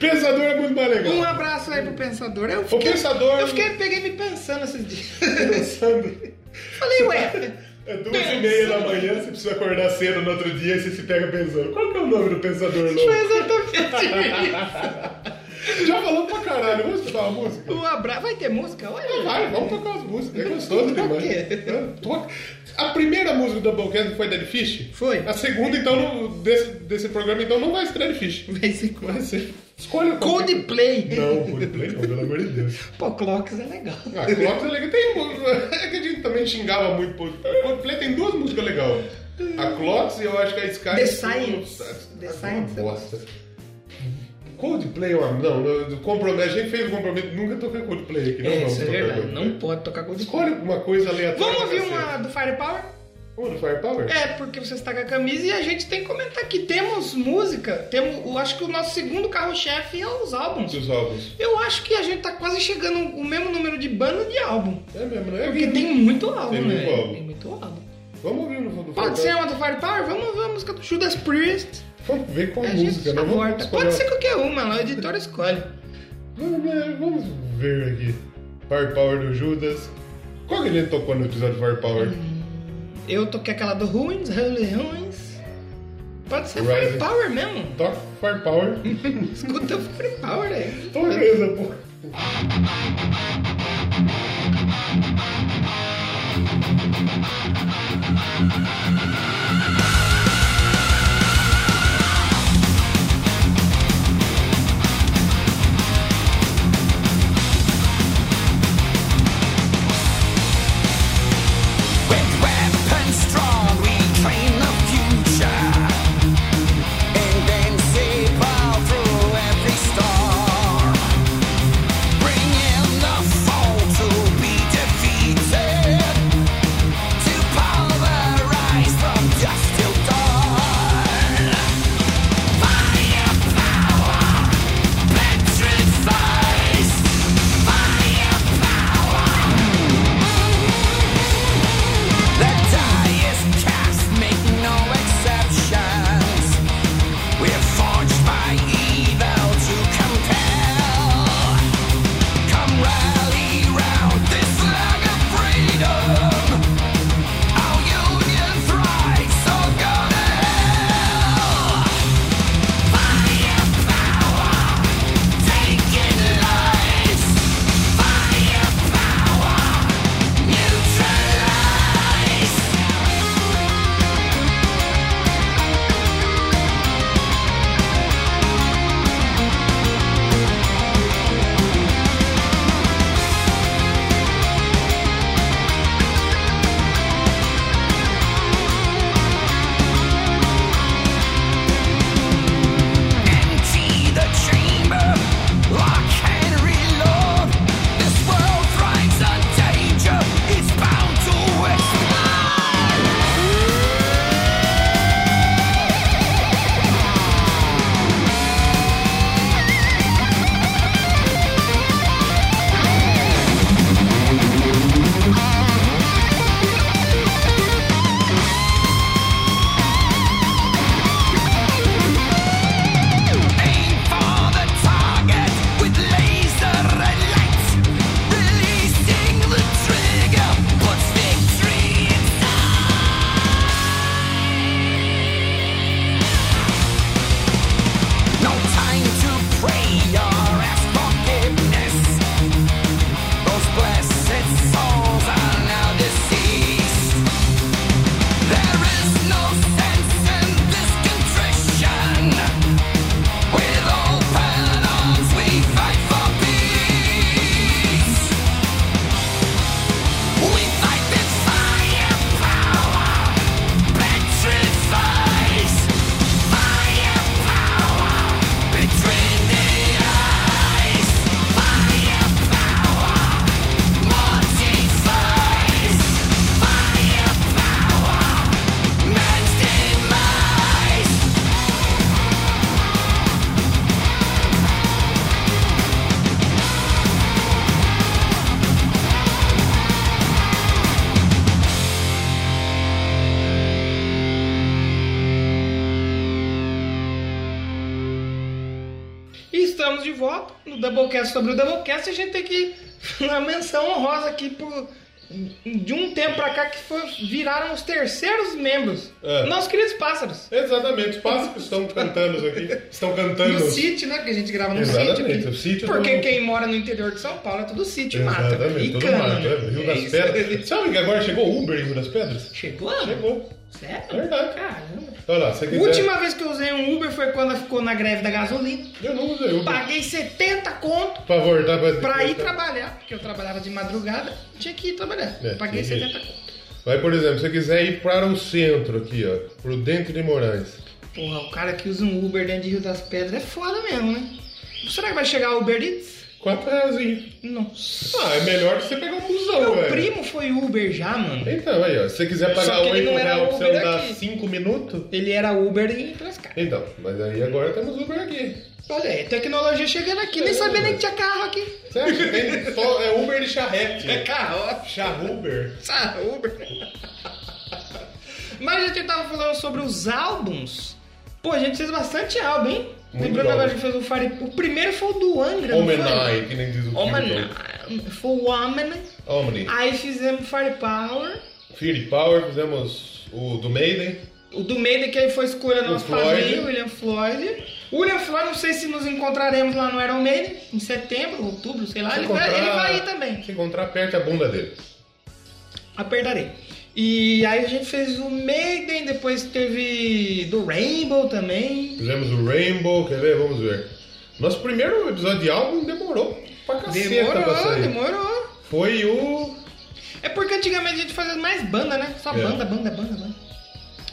Speaker 2: Pensador é muito mais legal.
Speaker 1: Um abraço aí pro Pensador. Eu
Speaker 2: O
Speaker 1: fiquei,
Speaker 2: pensador.
Speaker 1: eu fiquei peguei me pensando esses dias.
Speaker 2: (laughs)
Speaker 1: (laughs)
Speaker 2: pensando.
Speaker 1: Falei, ué.
Speaker 2: É duas e meia da manhã, você precisa acordar cedo no outro dia e você se pega pensando. Qual que é o nome do pensador
Speaker 1: Foi
Speaker 2: louco?
Speaker 1: exatamente
Speaker 2: Já falou pra caralho, vamos escutar uma música?
Speaker 1: isso. Um abraço. Vai ter música? Olha.
Speaker 2: Vai, vamos tocar as músicas, é gostoso
Speaker 1: Toca o
Speaker 2: demais.
Speaker 1: quê?
Speaker 2: É, toca. A primeira música do Doublecast foi Dead Fish?
Speaker 1: Foi.
Speaker 2: A segunda, então, não- desse, desse programa, então, não vai ser Dead Fish.
Speaker 1: Vai ser
Speaker 2: Vai ser. Escolha qualquer-
Speaker 1: Coldplay.
Speaker 2: Não, Coldplay não, pelo amor de Deus.
Speaker 1: Pô, Clocks é legal.
Speaker 2: Ah, Clocks é legal. Tem mu- É que a gente também xingava muito. pô. Coldplay tem duas músicas legais. A Clocks e eu acho que a Sky. é
Speaker 1: The Science. The
Speaker 2: Ah,
Speaker 1: Science.
Speaker 2: Uma bosta. Coldplay, ó, não, eu- compromete. A gente fez o compromisso, nunca tocar Coldplay aqui, não
Speaker 1: É,
Speaker 2: vamos
Speaker 1: isso é
Speaker 2: tocar
Speaker 1: verdade.
Speaker 2: Coldplay.
Speaker 1: Não pode tocar Coldplay.
Speaker 2: Escolhe alguma coisa aleatória.
Speaker 1: Vamos
Speaker 2: pra
Speaker 1: ouvir
Speaker 2: cacete.
Speaker 1: uma do Firepower?
Speaker 2: Uma do Firepower?
Speaker 1: É, porque você está com a camisa e a gente tem que comentar que temos música. Temos, eu acho que o nosso segundo carro-chefe é os álbuns.
Speaker 2: Dos álbuns.
Speaker 1: Eu acho que a gente tá quase chegando o mesmo número de banda de álbum.
Speaker 2: É mesmo, não é?
Speaker 1: Porque tem muito álbum,
Speaker 2: Tem
Speaker 1: né?
Speaker 2: muito álbum.
Speaker 1: Tem muito álbum.
Speaker 2: Vamos ouvir um no fundo.
Speaker 1: Pode ser uma do Firepower? Vamos ouvir a música do Judas Priest.
Speaker 2: Vamos ver qual
Speaker 1: A
Speaker 2: música,
Speaker 1: gente
Speaker 2: né? Vamos
Speaker 1: aborta.
Speaker 2: escolher
Speaker 1: Pode ser qualquer uma, lá o editor escolhe.
Speaker 2: Vamos, ver- vamos ver aqui. Firepower do Judas. Qual que ele tocou no episódio Firepower?
Speaker 1: Eu toquei aquela do Ruins, Holy Ruins. Pode ser
Speaker 2: Rising.
Speaker 1: Firepower mesmo.
Speaker 2: Toca Firepower.
Speaker 1: Escuta o Firepower aí.
Speaker 2: Toca essa porra.
Speaker 3: Thank
Speaker 1: E estamos de volta no Doublecast sobre o Doublecast. A gente tem que (laughs) uma menção honrosa aqui por, de um tempo pra cá que foi- viraram os terceiros membros.
Speaker 2: É.
Speaker 1: Nossos queridos pássaros.
Speaker 2: Exatamente, os pássaros estão cantando aqui. Estão cantando. assim.
Speaker 1: No sítio, né? Que a gente grava no
Speaker 2: Exatamente,
Speaker 1: sítio. aqui.
Speaker 2: o sítio
Speaker 1: Porque
Speaker 2: do-
Speaker 1: quem mora no interior de São Paulo é tudo sítio, mata.
Speaker 2: Exatamente,
Speaker 1: E
Speaker 2: todo
Speaker 1: cana,
Speaker 2: mato.
Speaker 1: né?
Speaker 2: é, Rio
Speaker 1: É
Speaker 2: das
Speaker 1: isso.
Speaker 2: Pedras. Sabe que agora chegou o Uber em Rio das Pedras?
Speaker 1: Chegou?
Speaker 2: Chegou.
Speaker 1: Sério?
Speaker 2: Verdade.
Speaker 1: Caramba.
Speaker 2: Olha lá, você quiser.
Speaker 1: Última vez que eu usei um Uber foi quando ficou na greve da gasolina.
Speaker 2: Eu não usei Uber. tá,
Speaker 1: Paguei 70 conto
Speaker 2: Pra voltar pra...
Speaker 1: pra ir trabalhar, porque eu trabalhava de madrugada, tinha que ir trabalhar.
Speaker 2: É,
Speaker 1: Paguei
Speaker 2: tem
Speaker 1: 70 conto.
Speaker 2: Vai, por exemplo, se você quiser ir para o centro aqui, ó. Prudente de Moraes.
Speaker 1: Porra, o cara que usa um Uber dentro de Rio das Pedras é foda mesmo, né? Será que vai chegar o Uber Eats?
Speaker 2: Quatro reais.
Speaker 1: Nossa.
Speaker 2: Ah, é melhor que você pegar um busão,
Speaker 1: Meu
Speaker 2: velho.
Speaker 1: primo foi Uber já, mano.
Speaker 2: Então, aí, ó. Se você quiser
Speaker 1: Só
Speaker 2: pagar
Speaker 1: que ele
Speaker 2: oito
Speaker 1: não era
Speaker 2: reais pra você
Speaker 1: Uber
Speaker 2: andar
Speaker 1: aqui.
Speaker 2: cinco minutos...
Speaker 1: Ele era Uber em Piracicaba.
Speaker 2: Então, mas aí agora temos Uber aqui.
Speaker 1: Olha aí, tecnologia chegando aqui, nem sabia nem que tinha carro aqui.
Speaker 2: Você acha que tem só... É Uber de charrete.
Speaker 1: (laughs)
Speaker 2: né?
Speaker 1: É carro,
Speaker 2: Charruber.
Speaker 1: ó. Uber. (laughs) Mas a gente tava falando sobre os álbuns. Pô, a gente fez bastante álbum, hein?
Speaker 2: Muito
Speaker 1: Lembrando
Speaker 2: álbum.
Speaker 1: agora que a gente fez o Fire. O primeiro foi o do Angra, não foi?
Speaker 2: Homenai, que nem diz o
Speaker 1: Oh,
Speaker 2: Kilton.
Speaker 1: Homenai. Foi o Homem.
Speaker 2: Omni.
Speaker 1: Aí fizemos Firepower.
Speaker 2: Fury Power, fizemos o do Maiden.
Speaker 1: O do Maiden, que aí foi escolha nosso
Speaker 2: Floyd.
Speaker 1: padrinho, William Floyd. O William Floyd, não sei se nos encontraremos lá no Iron Maiden, em setembro, outubro, sei lá.
Speaker 2: Se
Speaker 1: Ah, Ele vai,
Speaker 2: encontrar-
Speaker 1: ele vai ir também.
Speaker 2: Se encontrar, aperta a bunda dele.
Speaker 1: Apertarei. E aí a gente fez o Maiden, depois teve do Rainbow também.
Speaker 2: Fizemos o Rainbow, quer ver? Vamos ver. Nosso primeiro episódio de álbum demorou pra caceta pra
Speaker 1: Demorou,
Speaker 2: sair.
Speaker 1: demorou.
Speaker 2: Foi o...
Speaker 1: É porque antigamente a gente fazia mais banda, né? Só
Speaker 2: É.
Speaker 1: banda, banda, banda, banda.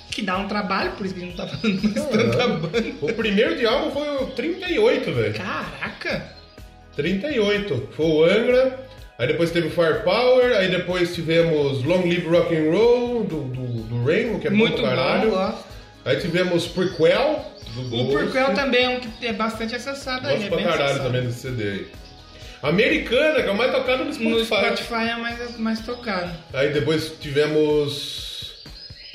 Speaker 1: Que dá um trabalho, por isso que a gente não tá fazendo mais
Speaker 2: é.
Speaker 1: tanta banda.
Speaker 2: Caralho. O primeiro de álbum foi o 38, velho.
Speaker 1: Caraca!
Speaker 2: 38. Foi o Angra, aí depois teve o Firepower, aí depois tivemos Long Live Rock and Roll, do, do, do Rainbow, que é
Speaker 1: Muito
Speaker 2: bom
Speaker 1: bom,
Speaker 2: pra caralho.
Speaker 1: gosto.
Speaker 2: aí tivemos Prequel, do
Speaker 1: O
Speaker 2: Ghost.
Speaker 1: Purquell também é um que é bastante acessado aí,
Speaker 2: Gosto
Speaker 1: é
Speaker 2: pra
Speaker 1: bem
Speaker 2: caralho
Speaker 1: acessado.
Speaker 2: também desse CD aí. Americana, que é o mais tocado no Spotify.
Speaker 1: No Spotify é mais, mais tocado.
Speaker 2: Aí depois tivemos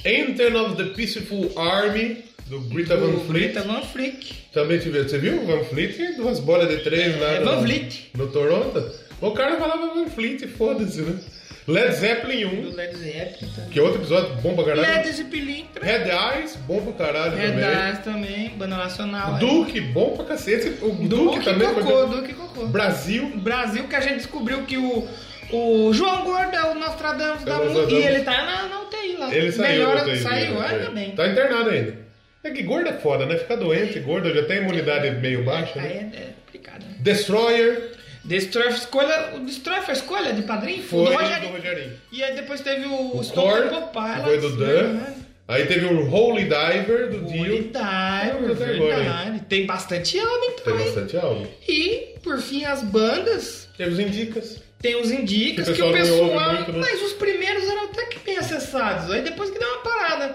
Speaker 2: Anthem of the Peaceful Army, do Greta Van
Speaker 1: O tá
Speaker 2: Fleet.
Speaker 1: Greta Van Fleet.
Speaker 2: Também tivemos. Você viu o Van Fleet? Duas bolas de três lá
Speaker 1: É
Speaker 2: no,
Speaker 1: Van Fleet.
Speaker 2: no Toronto. O cara falava Van Fleet, foda-se, né? Led Zeppelin
Speaker 1: Do
Speaker 2: 1,
Speaker 1: Led Zeppelin também.
Speaker 2: que é outro episódio bom pra caralho.
Speaker 1: Led Zeppelin.
Speaker 2: Red Eyes, bom pra caralho
Speaker 1: Red
Speaker 2: também.
Speaker 1: Eyes também, banda nacional. é.
Speaker 2: Duke, bom pra cacete. O Duke,
Speaker 1: Duke
Speaker 2: também foi
Speaker 1: Cocô, Duque Cocô.
Speaker 2: Brasil,
Speaker 1: Brasil que a gente descobriu que o, o João Gordo é o Nostradamus da
Speaker 2: É o
Speaker 1: música. E
Speaker 2: Nostradamus.
Speaker 1: ele tá na, na UTI lá.
Speaker 2: Ele saiu.
Speaker 1: Melhora,
Speaker 2: da UTI,
Speaker 1: saiu,
Speaker 2: né?
Speaker 1: ainda
Speaker 2: É.
Speaker 1: bem.
Speaker 2: Tá internado ainda. É que gordo é foda, né? Ficar doente, gordo, já tem imunidade meio baixa.
Speaker 1: Aí
Speaker 2: Né?
Speaker 1: é, é complicado, né?
Speaker 2: Destroyer
Speaker 1: Destroy foi escolha, o Destroy foi escolha de padrinho?
Speaker 2: foi
Speaker 1: o do
Speaker 2: do
Speaker 1: Rogerinho.
Speaker 2: Rogerinho.
Speaker 1: E aí depois teve o,
Speaker 2: O
Speaker 1: Stone
Speaker 2: Core
Speaker 1: Temple Pilots.
Speaker 2: foi do Dan.
Speaker 1: né?
Speaker 2: Aí teve o Holy Diver do Dio.
Speaker 1: Unidade,
Speaker 2: Até agora, hein?
Speaker 1: verdade. Tem bastante álbum
Speaker 2: Tem
Speaker 1: também.
Speaker 2: bastante álbum.
Speaker 1: E, por fim, as bandas.
Speaker 2: Teve os Indicas.
Speaker 1: Tem os indicas que
Speaker 2: Que
Speaker 1: o
Speaker 2: o
Speaker 1: pessoal.
Speaker 2: pessoal não ouve muito, né?
Speaker 1: Mas os primeiros eram até que bem acessados. Aí depois que deu uma parada.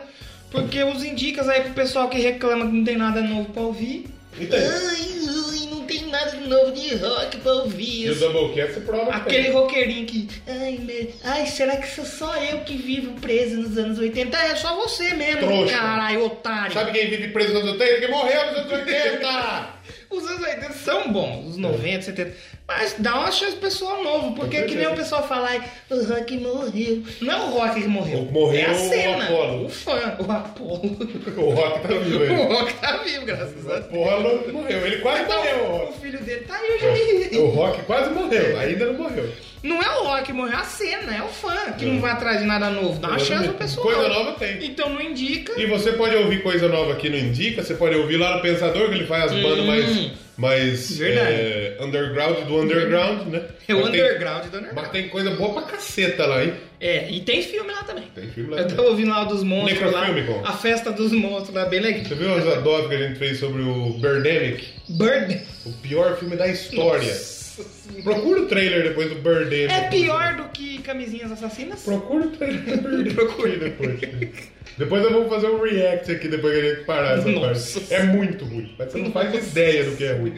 Speaker 1: Porque os indicas aí pro pessoal que reclama que não tem nada novo pra ouvir.
Speaker 2: E tem.
Speaker 1: Ai, ai, não tem nada novo de rock pra ouvir.
Speaker 2: E o Doublecast você prova que
Speaker 1: Aquele
Speaker 2: tem.
Speaker 1: roqueirinho que. Ai, meu, ai, será que sou só eu que vivo preso nos anos 80? É só você mesmo,
Speaker 2: Trouxa.
Speaker 1: caralho, otário.
Speaker 2: Sabe quem vive preso nos anos 80? Que morreu nos anos 80!
Speaker 1: Os anos 80 são bons, os 90, 70. Mas dá uma chance pro pessoal novo, porque é que nem o pessoal falar, "Ai, o rock morreu. Não é o rock que morreu.
Speaker 2: O- morreu
Speaker 1: é a
Speaker 2: o
Speaker 1: cena.
Speaker 2: Apollo.
Speaker 1: O fã, o Apolo.
Speaker 2: (laughs) o Rock tá vivo
Speaker 1: (laughs) o
Speaker 2: aí.
Speaker 1: rock tá vivo, graças a
Speaker 2: O
Speaker 1: Deus.
Speaker 2: Polo morreu. Ele quase morreu, o
Speaker 1: Então, o
Speaker 2: Rock.
Speaker 1: filho dele tá aí hoje.
Speaker 2: O Rock quase morreu. Ainda não morreu.
Speaker 1: Não é o rock que morreu, é a cena, é o fã que não vai atrás de nada novo. Dá uma
Speaker 2: Exatamente.
Speaker 1: chance pro pessoal.
Speaker 2: Coisa nova tem.
Speaker 1: Então não indica.
Speaker 2: E você pode ouvir coisa nova aqui no Indica, você pode ouvir lá no Pensador, que ele faz as bandas mais, mais
Speaker 1: Hum. Verdade.
Speaker 2: é, underground do underground, né?
Speaker 1: É o
Speaker 2: Mas tem-
Speaker 1: underground do underground.
Speaker 2: Mas tem coisa boa pra caceta lá, hein?
Speaker 1: É, e tem filme lá também.
Speaker 2: Tem filme lá.
Speaker 1: Eu
Speaker 2: também.
Speaker 1: tava ouvindo lá o dos monstros lá.
Speaker 2: Necrofilme, bom.
Speaker 1: A festa dos monstros lá, bem legal.
Speaker 2: Você viu as adobe que a gente fez sobre o Birdemic?
Speaker 1: Bird.
Speaker 2: O pior filme da história.
Speaker 1: Nossa Senhora.
Speaker 2: Procura o trailer depois do Birdemic.
Speaker 1: É pior do que camisinhas assassinas?
Speaker 2: Procura o trailer do Birdemic
Speaker 1: Procura.
Speaker 2: depois. Depois eu vou fazer um react aqui depois que a gente parar essa
Speaker 1: Nossa.
Speaker 2: parte. É muito ruim, mas você não faz ideia do que é ruim.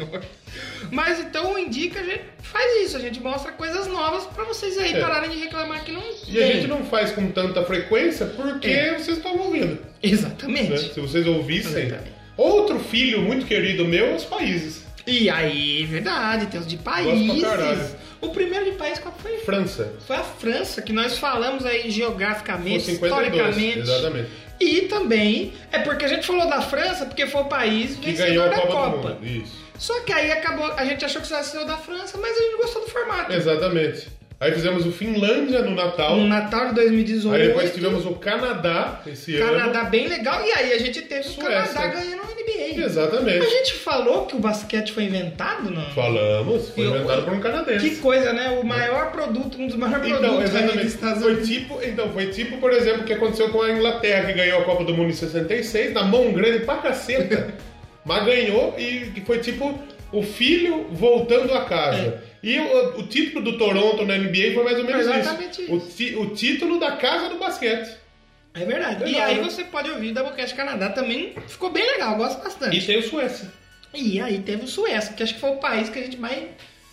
Speaker 1: Mas então o indica, a gente faz isso, a gente mostra coisas novas pra vocês aí
Speaker 2: É.
Speaker 1: pararem de reclamar que não
Speaker 2: E
Speaker 1: tem.
Speaker 2: a gente não faz com tanta frequência porque
Speaker 1: É.
Speaker 2: vocês estão ouvindo. né?
Speaker 1: Exatamente.
Speaker 2: Se vocês ouvissem.
Speaker 1: Exatamente.
Speaker 2: Outro filho muito querido meu é os países.
Speaker 1: E aí, verdade, tem os de países.
Speaker 2: caralho.
Speaker 1: O primeiro de país qual foi?
Speaker 2: França.
Speaker 1: Foi a França, que nós falamos aí
Speaker 2: Com
Speaker 1: geograficamente,
Speaker 2: 52.
Speaker 1: historicamente.
Speaker 2: Exatamente.
Speaker 1: E também é porque a gente falou da França porque foi o país
Speaker 2: Que
Speaker 1: vencedor
Speaker 2: ganhou a
Speaker 1: da
Speaker 2: Copa,
Speaker 1: Copa.
Speaker 2: do Mundo. Isso.
Speaker 1: Só que aí acabou, a gente achou que só saiu da França, mas a gente gostou do formato.
Speaker 2: Exatamente. Aí fizemos o Finlândia no Natal.
Speaker 1: No Natal de 2018,
Speaker 2: Aí depois tivemos o Canadá esse ano.
Speaker 1: Canadá bem legal, e aí a gente teve
Speaker 2: Suécia.
Speaker 1: o Canadá ganhando o NBA. A
Speaker 2: Exatamente.
Speaker 1: gente falou que o basquete foi inventado, não?
Speaker 2: Falamos, foi
Speaker 1: Eu-
Speaker 2: inventado por um
Speaker 1: Que
Speaker 2: canadense.
Speaker 1: coisa, né? O maior produto, um dos maiores
Speaker 2: Então,
Speaker 1: produtos aí dos
Speaker 2: exatamente.
Speaker 1: Estados
Speaker 2: Foi
Speaker 1: Unidos.
Speaker 2: tipo, então, foi tipo, por exemplo, o que aconteceu com a Inglaterra, que ganhou a Copa do Mundo em 66, na mão grande
Speaker 1: (laughs)
Speaker 2: pra caceta. mas ganhou e que foi tipo o filho voltando a casa.
Speaker 1: É.
Speaker 2: E o, o título do Toronto na NBA foi mais ou menos
Speaker 1: Exatamente
Speaker 2: isso. O, ti- o título da casa do basquete.
Speaker 1: É verdade. E
Speaker 2: Legal,
Speaker 1: aí
Speaker 2: né?
Speaker 1: você pode ouvir o Doublecast Canadá também. Ficou bem legal, eu gosto bastante.
Speaker 2: E tem o Suécia.
Speaker 1: E aí teve o Suécia, que acho que foi o país que a gente mais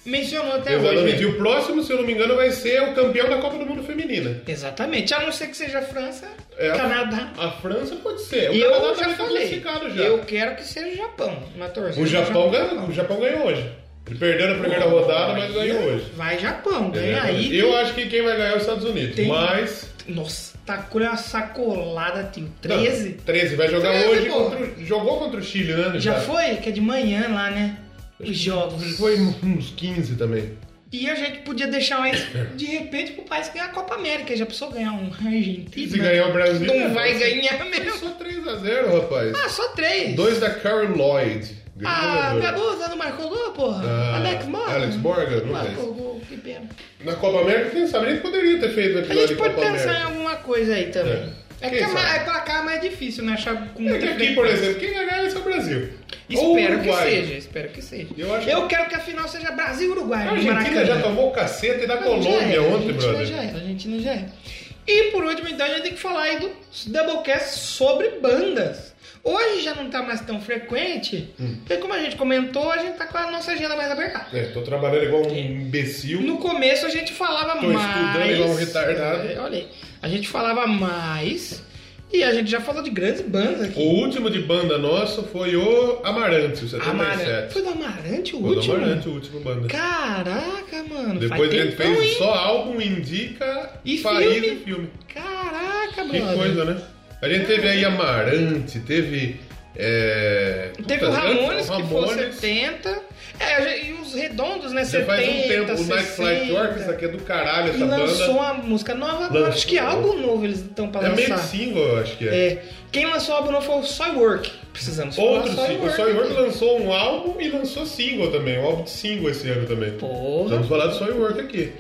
Speaker 1: mencionou até hoje.
Speaker 2: Exatamente.
Speaker 1: né?
Speaker 2: E É, o próximo, se eu não me engano, vai ser o campeão da Copa do Mundo Feminina.
Speaker 1: Exatamente. A não ser que seja França,
Speaker 2: É.
Speaker 1: Canadá.
Speaker 2: A França pode ser. O
Speaker 1: E eu
Speaker 2: Canadá
Speaker 1: já
Speaker 2: também tá
Speaker 1: falei.
Speaker 2: classificado já.
Speaker 1: Eu quero que seja o Japão. Uma torcida
Speaker 2: O,
Speaker 1: pro
Speaker 2: Japão ganhou, o Japão ganhou hoje. Ele perdeu na primeira rodada, mas ganhou hoje.
Speaker 1: Vai Japão, ganha aí.
Speaker 2: É, Eu acho que quem vai ganhar é os Estados Unidos.
Speaker 1: Tem-
Speaker 2: Mas.
Speaker 1: Nossa, tacou uma sacolada, tio.
Speaker 2: não,
Speaker 1: 13?
Speaker 2: 13. Vai jogar
Speaker 1: 13,
Speaker 2: hoje
Speaker 1: pô.
Speaker 2: contra. o- Jogou contra o Chile, né?
Speaker 1: Já foi? Que é de manhã lá, né? Os jogos.
Speaker 2: Foi uns 15 também.
Speaker 1: E a gente podia deixar mais de repente pro país ganhar a Copa América. Já precisou ganhar um Argentina?
Speaker 2: Se ganhar o Brasil. é
Speaker 1: Não vai
Speaker 2: nossa,
Speaker 1: ganhar mesmo.
Speaker 2: Só 3x0, rapaz.
Speaker 1: Ah, só três.
Speaker 2: Dois da Karen Lloyd. grande
Speaker 1: Ah,
Speaker 2: jogadora.
Speaker 1: Gabusa não marcou gol, porra.
Speaker 2: Ah,
Speaker 1: Alex Morgan.
Speaker 2: Alex Morgan, não
Speaker 1: Marcou gol, que pena.
Speaker 2: Na Copa América, quem sabe, ele poderia ter feito o
Speaker 1: A
Speaker 2: episódio
Speaker 1: gente
Speaker 2: de
Speaker 1: pode
Speaker 2: Copa
Speaker 1: pensar em
Speaker 2: América.
Speaker 1: alguma coisa aí também.
Speaker 2: É.
Speaker 1: É,
Speaker 2: Quem
Speaker 1: porque é, mais,
Speaker 2: sabe?
Speaker 1: é pra cá mais difícil, né? Achar com
Speaker 2: É
Speaker 1: muita
Speaker 2: que aqui,
Speaker 1: frequência.
Speaker 2: por exemplo, quem vai ganhar vai ser o Brasil. Ou o
Speaker 1: Espero que
Speaker 2: Uruguai.
Speaker 1: seja, espero que seja.
Speaker 2: Eu acho
Speaker 1: quero que a final seja
Speaker 2: A
Speaker 1: Brasil-Uruguai. no
Speaker 2: Argentina
Speaker 1: Maracanã.
Speaker 2: já tomou caceta e da
Speaker 1: A
Speaker 2: Colômbia
Speaker 1: Argentina já é,
Speaker 2: ontem,
Speaker 1: A Argentina
Speaker 2: brother.
Speaker 1: já é, a Argentina já é. E por último, então, a gente tem que falar aí do Doublecast sobre bandas. Hoje já não tá mais tão frequente,
Speaker 2: Hum.
Speaker 1: porque como a gente comentou, a gente tá com a nossa agenda mais aberta.
Speaker 2: É, tô trabalhando igual um imbecil.
Speaker 1: No começo a gente falava
Speaker 2: Tô
Speaker 1: mais.
Speaker 2: estudando igual um retardado.
Speaker 1: É, olha aí. A gente falava mais. E a gente já falou de grandes bandas
Speaker 2: O
Speaker 1: aqui.
Speaker 2: último de banda nosso foi o Amarante, o 77.
Speaker 1: Amarante. Foi do Amarante o
Speaker 2: Foi do
Speaker 1: último?
Speaker 2: Amarante, o último banda.
Speaker 1: Caraca, mano.
Speaker 2: Depois
Speaker 1: faz
Speaker 2: ele
Speaker 1: tempão,
Speaker 2: fez
Speaker 1: hein?
Speaker 2: só álbum, indica,
Speaker 1: E
Speaker 2: país
Speaker 1: filme.
Speaker 2: e filme.
Speaker 1: Caraca,
Speaker 2: Que
Speaker 1: brother.
Speaker 2: coisa, né? A gente teve aí Amarante, teve. É...
Speaker 1: Teve
Speaker 2: puta,
Speaker 1: o Ramones,
Speaker 2: o
Speaker 1: que foi
Speaker 2: Ramones.
Speaker 1: 70. É, a gente- e os redondos, né?
Speaker 2: Já
Speaker 1: 70,
Speaker 2: faz um tempo, o Night Flight
Speaker 1: 60.
Speaker 2: Orchestra, isso aqui é do caralho,
Speaker 1: E
Speaker 2: essa
Speaker 1: lançou
Speaker 2: banda.
Speaker 1: uma música nova, agora,
Speaker 2: Lançou.
Speaker 1: acho que álbum novo eles estão pra
Speaker 2: É meio que
Speaker 1: lançar.
Speaker 2: single, eu acho que é.
Speaker 1: É, quem lançou o álbum novo foi o Soy Work. Precisamos
Speaker 2: Outro
Speaker 1: falar
Speaker 2: single, o Soy Work lançou um álbum e lançou single também, um álbum de single esse ano também.
Speaker 1: Porra.
Speaker 2: Vamos falar do Soy Work aqui.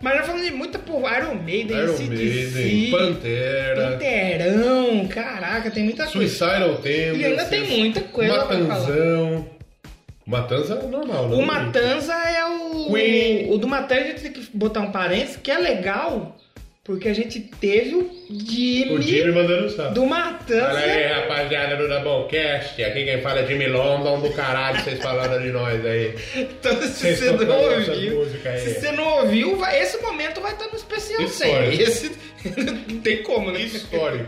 Speaker 1: Mas já falando de muita, pô, Iron Maiden,
Speaker 2: Iron
Speaker 1: AC/DC,
Speaker 2: Maiden, Pantera,
Speaker 1: Panterão, caraca, tem muita coisa.
Speaker 2: Suicidal Tendencies.
Speaker 1: E ainda tem muita coisa pra falar.
Speaker 2: assim. Matanzão. Matanza é normal, né?
Speaker 1: O Matanza é o.
Speaker 2: Queen.
Speaker 1: O do Matanza a gente tem que botar um parênteses, que é legal, porque a gente teve o Jimmy,
Speaker 2: O Jimmy mandando um sabe.
Speaker 1: do né? Matanza.
Speaker 2: Fala aí, rapaziada do Doublecast. Aqui quem fala é Jimmy London do caralho, vocês falando de nós aí.
Speaker 1: Então, se
Speaker 2: Vocês
Speaker 1: você
Speaker 2: tocando
Speaker 1: não
Speaker 2: essa
Speaker 1: ouviu.
Speaker 2: música aí.
Speaker 1: Se você não ouviu, vai- esse momento vai estar no especial
Speaker 2: Isso
Speaker 1: 100.
Speaker 2: é.
Speaker 1: Esse. (laughs) não tem como, né?
Speaker 2: histórico.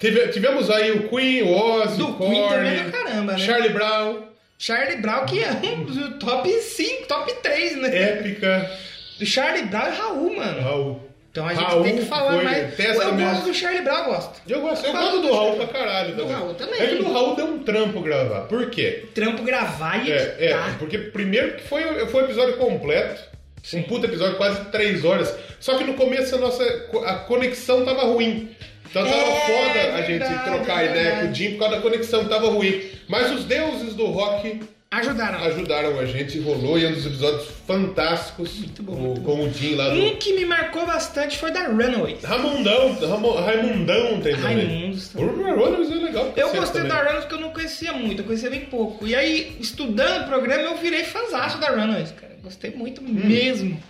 Speaker 2: Tive- tivemos aí o Queen, o Ozzy,
Speaker 1: Do
Speaker 2: o
Speaker 1: Queen também
Speaker 2: Korn,
Speaker 1: do caramba, né?
Speaker 2: Charlie Brown,
Speaker 1: Charlie Brown, que é um do top 5, top 3, né?
Speaker 2: Épica,
Speaker 1: Do Charlie Brown e Raul, mano.
Speaker 2: É. Raul.
Speaker 1: Então a gente
Speaker 2: Raul
Speaker 1: tem que falar
Speaker 2: foi
Speaker 1: mais.
Speaker 2: testa
Speaker 1: eu
Speaker 2: mesmo.
Speaker 1: gosto do Charlie Brown, eu gosto.
Speaker 2: Eu gosto, eu
Speaker 1: Fala
Speaker 2: gosto
Speaker 1: do
Speaker 2: do Raul
Speaker 1: Charlie.
Speaker 2: pra caralho
Speaker 1: Do
Speaker 2: também.
Speaker 1: Raul também.
Speaker 2: É que do Raul deu um trampo gravar. Por quê?
Speaker 1: Trampo gravar e
Speaker 2: É, é,
Speaker 1: editar.
Speaker 2: porque primeiro que foi, foi um episódio completo. Um
Speaker 1: Sim.
Speaker 2: puta episódio, quase três horas. Só que no começo a nossa co- a conexão tava ruim. Então tava
Speaker 1: É,
Speaker 2: foda a gente
Speaker 1: verdade,
Speaker 2: trocar
Speaker 1: é
Speaker 2: ideia
Speaker 1: verdade.
Speaker 2: com o Jim por causa da conexão tava ruim. Mas os deuses do rock
Speaker 1: Ajudaram.
Speaker 2: ajudaram a gente, rolou e é um dos episódios fantásticos
Speaker 1: bom,
Speaker 2: o-
Speaker 1: muito
Speaker 2: com o Jim lá do.
Speaker 1: Um que me marcou bastante foi da Runaways.
Speaker 2: Ramundão, Ramo- Raimundão tem também.
Speaker 1: Raimundos
Speaker 2: O
Speaker 1: também.
Speaker 2: Runaways é legal. pra
Speaker 1: Eu
Speaker 2: cacete
Speaker 1: gostei
Speaker 2: também.
Speaker 1: da Runaways porque eu não conhecia muito, eu conhecia bem pouco. E aí, estudando o programa, eu virei fãzaço da Runaways, cara. Gostei
Speaker 2: Hum.
Speaker 1: muito mesmo.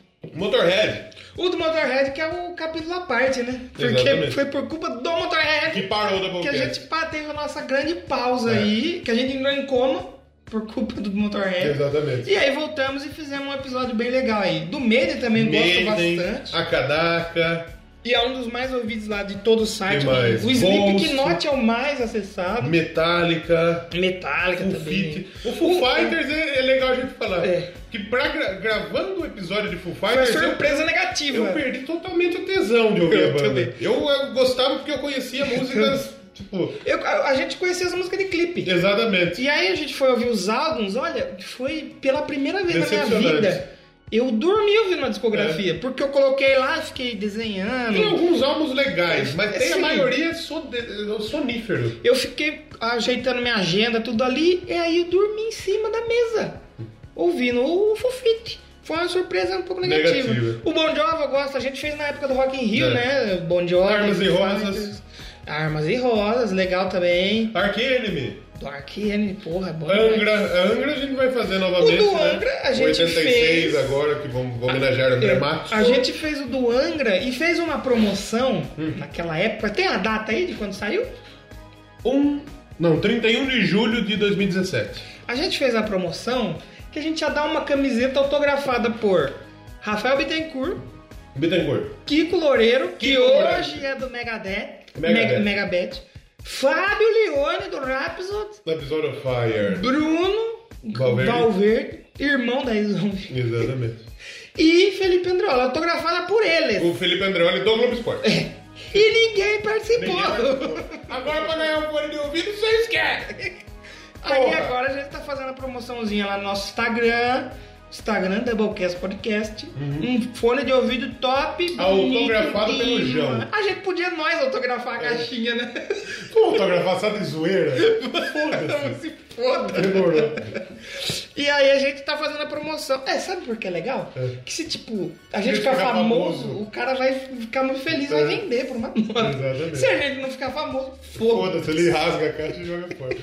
Speaker 2: Motorhead,
Speaker 1: O do Motorhead, que é o capítulo à parte, né? Porque
Speaker 2: Exatamente.
Speaker 1: foi por culpa do Motorhead
Speaker 2: que parou da
Speaker 1: que a
Speaker 2: boquete.
Speaker 1: gente pá, teve a nossa grande pausa
Speaker 2: É.
Speaker 1: aí, que a gente entrou em coma por culpa do Motorhead.
Speaker 2: É. Exatamente.
Speaker 1: E aí voltamos e fizemos um episódio bem legal aí. Do Maiden também gosto
Speaker 2: Maiden,
Speaker 1: bastante.
Speaker 2: Akadaka,
Speaker 1: E é um dos mais ouvidos lá de todo o site.
Speaker 2: Que mais?
Speaker 1: O Slipknot
Speaker 2: Ghost.
Speaker 1: é o mais acessado.
Speaker 2: Metallica,
Speaker 1: Metallica
Speaker 2: Foo
Speaker 1: também. Um,
Speaker 2: Fit. O Foo Fighters é, é legal a gente falar.
Speaker 1: É.
Speaker 2: Que pra gra- gravando o episódio de Foo
Speaker 1: Foi
Speaker 2: Fighters, eu,
Speaker 1: surpresa negativa.
Speaker 2: eu perdi totalmente o tesão de ouvir
Speaker 1: Eu
Speaker 2: a banda.
Speaker 1: também.
Speaker 2: Eu, eu gostava porque eu
Speaker 1: (laughs)
Speaker 2: conhecia músicas, tipo,
Speaker 1: Eu- a, a gente conhecia as músicas de
Speaker 2: É.
Speaker 1: clipe.
Speaker 2: exatamente.
Speaker 1: E aí a gente foi ouvir os álbuns, olha, foi pela primeira vez na minha
Speaker 2: Decepcionante. É.
Speaker 1: vida. Eu dormi ouvindo a discografia, porque eu coloquei lá e fiquei desenhando.
Speaker 2: Tem alguns álbuns legais, mas tem a
Speaker 1: É, Sim.
Speaker 2: maioria so- de- sonífero.
Speaker 1: Eu fiquei ajeitando minha agenda, tudo ali, e aí eu dormi em cima da mesa, ouvindo o Fofite. Foi uma surpresa um pouco negativa.
Speaker 2: Negativa.
Speaker 1: O Bon Jovi eu gosto, a gente fez na época do Rock in Rio,
Speaker 2: É.
Speaker 1: né? Bon Jovi.
Speaker 2: Armas e
Speaker 1: Foo
Speaker 2: Rosas.
Speaker 1: Fighters. Armas e Rosas, legal também.
Speaker 2: Ark Enemy.
Speaker 1: Do Arquiene, porra, é bom. demais.
Speaker 2: Angra, Angra a gente vai fazer novamente.
Speaker 1: O do
Speaker 2: né?
Speaker 1: Angra a gente
Speaker 2: 86
Speaker 1: fez.
Speaker 2: agora, que vamos homenagear o André Matos.
Speaker 1: É, A gente fez o do Angra e fez uma promoção
Speaker 2: Hum.
Speaker 1: naquela época. Tem a data aí de quando saiu?
Speaker 2: Um. Não, 31 de julho de 2017.
Speaker 1: A gente fez a promoção que a gente ia dar uma camiseta autografada por Rafael Bittencourt,
Speaker 2: Bittencourt.
Speaker 1: Kiko Loureiro, que
Speaker 2: Kiko Loureiro.
Speaker 1: hoje é do Megadeth,
Speaker 2: Megadeth.
Speaker 1: Meg- Megabeth, Fábio Leone do Rhapsody,
Speaker 2: No episódio Fire.
Speaker 1: Bruno
Speaker 2: Valverde.
Speaker 1: Valverde, irmão da Isolde,
Speaker 2: Exatamente.
Speaker 1: e Felipe Andriola, autografada por eles.
Speaker 2: O Felipe Andreoli do Globo Esporte.
Speaker 1: É. E ninguém participou.
Speaker 2: Agora pra ganhar um fone de ouvido, vocês querem!
Speaker 1: Aí
Speaker 2: Porra.
Speaker 1: agora a gente tá fazendo a promoçãozinha lá no nosso Instagram. Instagram Doublecast Podcast. Um fone de ouvido top. bonito,
Speaker 2: Uhum. Ah, Autografado
Speaker 1: lindo.
Speaker 2: pelo João. É.
Speaker 1: A gente podia nós autografar a caixinha, né?
Speaker 2: Vamos autografar só
Speaker 1: (laughs)
Speaker 2: de zoeira? (laughs) Foda-se.
Speaker 1: Se foda.
Speaker 2: Demorou.
Speaker 1: E aí a gente tá fazendo a promoção. É, sabe por que é legal?
Speaker 2: É.
Speaker 1: Que se, tipo, a gente
Speaker 2: ficar
Speaker 1: ficar famoso,
Speaker 2: famoso.
Speaker 1: o cara vai ficar muito feliz, vai
Speaker 2: É.
Speaker 1: vender por uma nota.
Speaker 2: Exatamente.
Speaker 1: Se a gente não ficar famoso, foda.
Speaker 2: Foda-se, ele rasga a caixa e joga fora.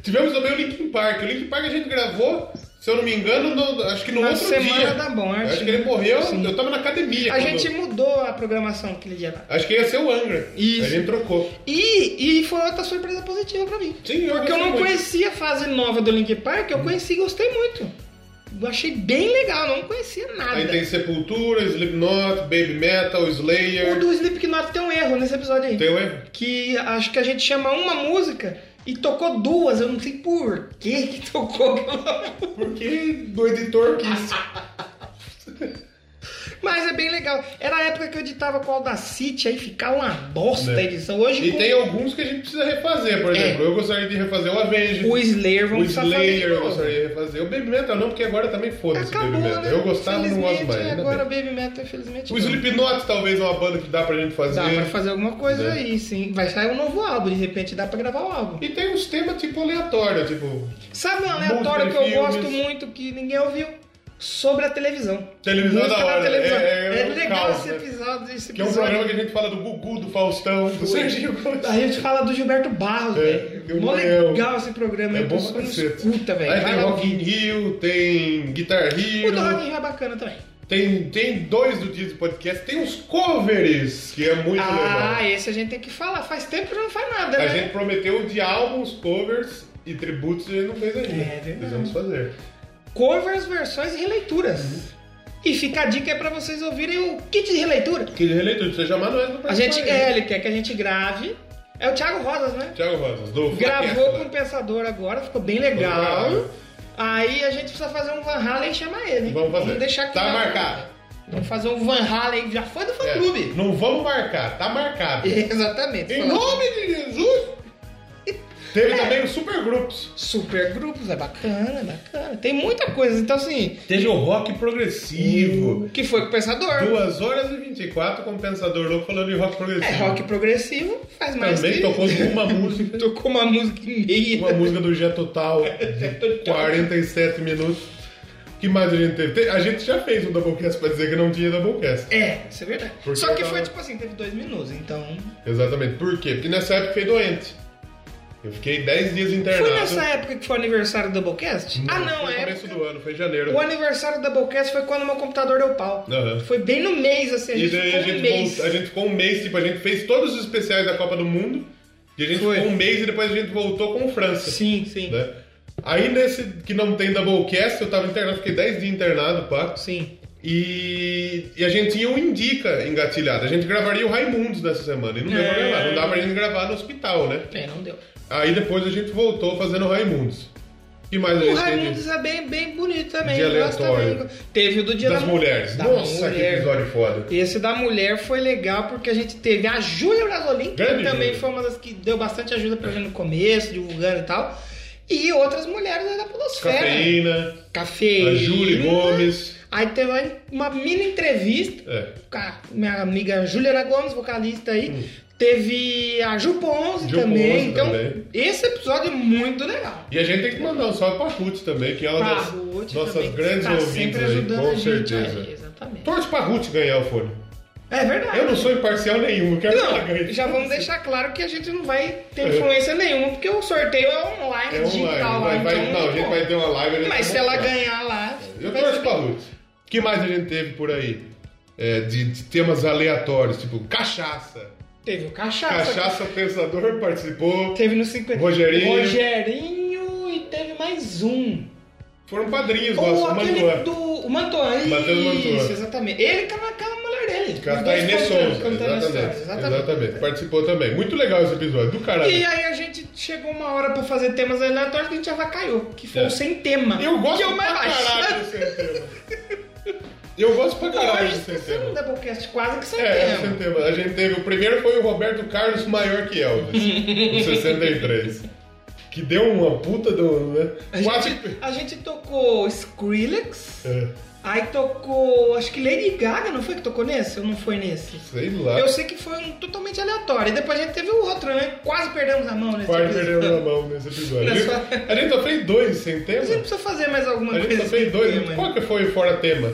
Speaker 2: Tivemos também o Linkin Park. O Linkin Park a gente gravou, se eu não me engano, no- acho que no
Speaker 1: Na
Speaker 2: outro
Speaker 1: semana
Speaker 2: dia.
Speaker 1: da morte,
Speaker 2: Acho que ele
Speaker 1: né?
Speaker 2: morreu,
Speaker 1: Sim.
Speaker 2: eu tava na academia.
Speaker 1: A
Speaker 2: quando-
Speaker 1: gente mudou a programação aquele dia lá.
Speaker 2: Acho que ia ser o Angra.
Speaker 1: Isso.
Speaker 2: A gente trocou.
Speaker 1: E, e foi outra surpresa positiva pra mim.
Speaker 2: Sim, eu
Speaker 1: Porque eu não
Speaker 2: gostei muito.
Speaker 1: conhecia a fase nova do Link Park, eu conheci e gostei muito. Eu achei bem legal, não conhecia nada.
Speaker 2: Aí tem Sepultura, Slipknot, Baby Metal,
Speaker 1: O
Speaker 2: Slayer.
Speaker 1: do Slipknot tem um erro nesse episódio aí.
Speaker 2: Tem o erro.
Speaker 1: Que acho que a gente chama uma música e tocou duas, eu não sei por que que tocou. aquela música.
Speaker 2: Porque do editor quis.
Speaker 1: Mas é bem legal. Era a época que eu editava com o Audacity, aí ficava uma bosta
Speaker 2: Né?
Speaker 1: a edição. Hoje
Speaker 2: E
Speaker 1: com
Speaker 2: tem alguns que a gente precisa refazer, por exemplo. Eu gostaria de refazer o Avenged.
Speaker 1: É. o Slayer,
Speaker 2: O
Speaker 1: vamos precisar fazer de
Speaker 2: Slayer eu
Speaker 1: novo.
Speaker 2: gostaria de refazer. O Baby Metal não, porque agora também foda-se o Baby
Speaker 1: Acabou,
Speaker 2: Metal.
Speaker 1: né?
Speaker 2: Eu gostava e não gosto mais.
Speaker 1: Infelizmente,
Speaker 2: ainda
Speaker 1: Agora
Speaker 2: bem.
Speaker 1: Baby Metal, infelizmente.
Speaker 2: né? O
Speaker 1: não.
Speaker 2: Slipknot talvez é uma banda que dá pra gente fazer.
Speaker 1: Dá pra fazer alguma coisa
Speaker 2: Né?
Speaker 1: aí, sim. Vai sair um novo álbum, de repente dá pra gravar o álbum.
Speaker 2: E tem uns temas tipo aleatório, tipo
Speaker 1: Sabe um
Speaker 2: Música
Speaker 1: aleatório
Speaker 2: de
Speaker 1: que eu
Speaker 2: filmes.
Speaker 1: gosto muito que ninguém ouviu? Sobre a televisão.
Speaker 2: Televisão
Speaker 1: Música
Speaker 2: da hora.
Speaker 1: na televisão.
Speaker 2: É, é, é um
Speaker 1: legal
Speaker 2: caos,
Speaker 1: esse
Speaker 2: né?
Speaker 1: episódio. Esse
Speaker 2: que é um
Speaker 1: episódio.
Speaker 2: programa que a gente fala do Gugu, do Faustão, do Serginho. Grosso.
Speaker 1: A gente fala do Gilberto Barros,
Speaker 2: É,
Speaker 1: velho.
Speaker 2: eu-
Speaker 1: Mó
Speaker 2: eu-
Speaker 1: legal esse programa.
Speaker 2: É
Speaker 1: aí,
Speaker 2: bom
Speaker 1: pessoal
Speaker 2: pra
Speaker 1: não
Speaker 2: cacete.
Speaker 1: escuta, um velho.
Speaker 2: Aí
Speaker 1: Vai
Speaker 2: tem
Speaker 1: lá
Speaker 2: Rock in
Speaker 1: ouvir.
Speaker 2: Rio, tem Guitar
Speaker 1: O do Rock
Speaker 2: Hero,
Speaker 1: in Rio é bacana também.
Speaker 2: tem, tem dois do dia de podcast, tem uns covers, que é muito
Speaker 1: ah,
Speaker 2: legal.
Speaker 1: esse a gente tem que falar. Faz tempo que não faz nada,
Speaker 2: A
Speaker 1: né?
Speaker 2: gente prometeu de álbuns, covers e tributos e a gente não fez ainda.
Speaker 1: É verdade.
Speaker 2: Nós vamos fazer.
Speaker 1: Covers, versões e releituras. E fica a dica é pra vocês ouvirem o kit de releitura.
Speaker 2: Que releitura, você chamar nós não
Speaker 1: A gente, é, ele quer que a gente grave. É o Thiago Rosas, né?
Speaker 2: Thiago Rosas, do
Speaker 1: Gravou
Speaker 2: Flaquesta,
Speaker 1: com
Speaker 2: né?
Speaker 1: o Pensador agora, ficou bem legal.
Speaker 2: Ficou legal.
Speaker 1: Aí a gente precisa fazer um Van Halen e chamar ele. hein?
Speaker 2: Vamos fazer.
Speaker 1: Vamos deixar aqui.
Speaker 2: Tá
Speaker 1: na-
Speaker 2: marcado.
Speaker 1: Vamos fazer um Van Halen, já foi do fã
Speaker 2: É,
Speaker 1: clube. É.
Speaker 2: Não vamos marcar, tá
Speaker 1: (laughs)
Speaker 2: marcado.
Speaker 1: Exatamente.
Speaker 2: Em
Speaker 1: Falar-
Speaker 2: nome de Jesus! Teve
Speaker 1: É.
Speaker 2: também os supergrupos.
Speaker 1: Super grupos, é bacana, é bacana. Tem muita coisa, então assim.
Speaker 2: Teve o rock progressivo.
Speaker 1: Que foi com o Pensador.
Speaker 2: 2 horas e 24, compensador louco falando de rock progressivo.
Speaker 1: É rock progressivo, faz mais
Speaker 2: também
Speaker 1: que...
Speaker 2: tocou uma música.
Speaker 1: Tocou uma música e meia. (laughs)
Speaker 2: Uma música do G Total
Speaker 1: É,
Speaker 2: de 47 minutos. que mais a gente teve? Te- A gente já fez um Doublecast pra dizer que não tinha Doublecast.
Speaker 1: É, isso é verdade.
Speaker 2: Porque tá-
Speaker 1: Só que
Speaker 2: eu tava-
Speaker 1: foi tipo assim, teve dois minutos, então.
Speaker 2: Exatamente. Por quê? Porque nessa época eu fiquei doente. Eu fiquei 10 dias internado.
Speaker 1: Foi nessa época que foi o aniversário do Doublecast? ah, não,
Speaker 2: foi no
Speaker 1: é.
Speaker 2: começo do ano, foi em janeiro.
Speaker 1: O aniversário do Doublecast foi quando meu computador deu pau.
Speaker 2: Aham.
Speaker 1: Foi bem no mês, assim, a
Speaker 2: E
Speaker 1: gente
Speaker 2: daí
Speaker 1: ficou
Speaker 2: a
Speaker 1: um
Speaker 2: gente,
Speaker 1: mês.
Speaker 2: vol- a gente ficou um mês, tipo, a gente fez todos os especiais da Copa do Mundo. E a gente
Speaker 1: Foi.
Speaker 2: ficou um mês e depois a gente voltou com França.
Speaker 1: Sim, sim.
Speaker 2: Né? Aí nesse que não tem Doublecast, eu tava internado, fiquei 10 dias internado, pá.
Speaker 1: Sim.
Speaker 2: E, e a gente tinha um Indica engatilhado. A gente gravaria o Raimundos dessa semana. E não deu pra
Speaker 1: É.
Speaker 2: gravar. Não dava pra gente gravar no hospital, né?
Speaker 1: É, não deu.
Speaker 2: Aí depois a gente voltou fazendo o Raimundos. E mais
Speaker 1: O
Speaker 2: uma
Speaker 1: Raimundos
Speaker 2: vez
Speaker 1: é bem, bem bonito também.
Speaker 2: Dia
Speaker 1: eu gosto
Speaker 2: aleatório.
Speaker 1: também. Teve o do dia
Speaker 2: das
Speaker 1: é da-
Speaker 2: mulheres.
Speaker 1: da
Speaker 2: Nossa, que
Speaker 1: mulher.
Speaker 2: episódio foda.
Speaker 1: Esse da mulher foi legal porque a gente teve a Júlia Brasolim, que
Speaker 2: Grande
Speaker 1: também
Speaker 2: Júlia.
Speaker 1: foi uma das que deu bastante ajuda pra gente no começo, divulgando e tal. E outras mulheres aí da Podosfera.
Speaker 2: Cafeína,
Speaker 1: Cafeína.
Speaker 2: a Júlia Gomes.
Speaker 1: Aí teve uma- uma mini entrevista
Speaker 2: É.
Speaker 1: com a minha amiga Juliana Gomes, vocalista aí. Teve a Ju Ponce
Speaker 2: Hum. Ju
Speaker 1: também.
Speaker 2: Ponce
Speaker 1: então,
Speaker 2: também.
Speaker 1: esse episódio é muito legal.
Speaker 2: E a gente tem que mandar um salve pra Ruth também, que é uma
Speaker 1: Pra
Speaker 2: das
Speaker 1: Ruth
Speaker 2: nossas
Speaker 1: também, que
Speaker 2: grandes
Speaker 1: tá
Speaker 2: ouvintes
Speaker 1: sempre
Speaker 2: aí,
Speaker 1: ajudando
Speaker 2: com
Speaker 1: a gente
Speaker 2: certeza.
Speaker 1: aí, exatamente.
Speaker 2: Torce pra Ruth ganhar o fone.
Speaker 1: É verdade.
Speaker 2: Eu não sou imparcial nenhum, eu quero que ela
Speaker 1: Não,
Speaker 2: ganhe.
Speaker 1: já vamos deixar claro que a gente não vai ter
Speaker 2: É.
Speaker 1: influência nenhuma, porque o sorteio é online,
Speaker 2: É online.
Speaker 1: digital.
Speaker 2: vai,
Speaker 1: lá,
Speaker 2: vai-
Speaker 1: então,
Speaker 2: não, a gente
Speaker 1: bom.
Speaker 2: vai ter uma live. a gente vai
Speaker 1: Mas se ela
Speaker 2: mostrar.
Speaker 1: ganhar lá.
Speaker 2: Eu
Speaker 1: vai
Speaker 2: torço
Speaker 1: ser
Speaker 2: pra
Speaker 1: bem.
Speaker 2: Ruth. O que mais a gente teve por aí? É, de, de temas aleatórios, tipo cachaça.
Speaker 1: Teve o cachaça.
Speaker 2: Cachaça Pensador participou.
Speaker 1: Teve no 50.
Speaker 2: Rogerinho.
Speaker 1: Rogerinho e teve mais um.
Speaker 2: Foram padrinhos
Speaker 1: Ou
Speaker 2: nossos,
Speaker 1: aquele
Speaker 2: Mantua. é
Speaker 1: do. O Mantuan. Isso,
Speaker 2: Matheus Mantuan.
Speaker 1: exatamente. Ele com a- com a mulher dele. Os dois
Speaker 2: Catainê
Speaker 1: cantando-
Speaker 2: Souza.
Speaker 1: cantando a história,
Speaker 2: Exatamente, exatamente. Participou também. Muito legal esse episódio. Do caralho.
Speaker 1: E é aí a gente chegou uma hora pra fazer temas aleatórios que a gente avacaiou, que foi
Speaker 2: É.
Speaker 1: o sem tema.
Speaker 2: Eu gosto
Speaker 1: que é o mais
Speaker 2: pra
Speaker 1: baixo.
Speaker 2: caralho do Centema. Eu gosto pra caralho
Speaker 1: (laughs) Hoje
Speaker 2: do
Speaker 1: tá sendo um
Speaker 2: Centema.
Speaker 1: Doublecast quase que sem
Speaker 2: É, é o
Speaker 1: tema.
Speaker 2: Centema. A gente teve. O primeiro foi o Roberto Carlos maior que
Speaker 1: (laughs)
Speaker 2: Elvis, em 63. Que deu uma puta do. Né?
Speaker 1: A
Speaker 2: Quase.
Speaker 1: gente, a gente tocou Skrillex,
Speaker 2: É,
Speaker 1: aí tocou. Acho que Lady Gaga, não foi que tocou nesse? Ou não foi nesse?
Speaker 2: sei lá.
Speaker 1: Eu sei que foi um totalmente aleatório. E depois a gente teve o outro, né? Quase perdemos a mão nesse
Speaker 2: Quase
Speaker 1: episódio.
Speaker 2: perdemos a mão nesse episódio.
Speaker 1: Nessa-
Speaker 2: A gente só fez dois sem
Speaker 1: é A gente
Speaker 2: tema?
Speaker 1: precisa fazer mais alguma
Speaker 2: A gente
Speaker 1: coisa.
Speaker 2: só fez
Speaker 1: sem
Speaker 2: dois.
Speaker 1: tema, né?
Speaker 2: Qual que foi o fora tema?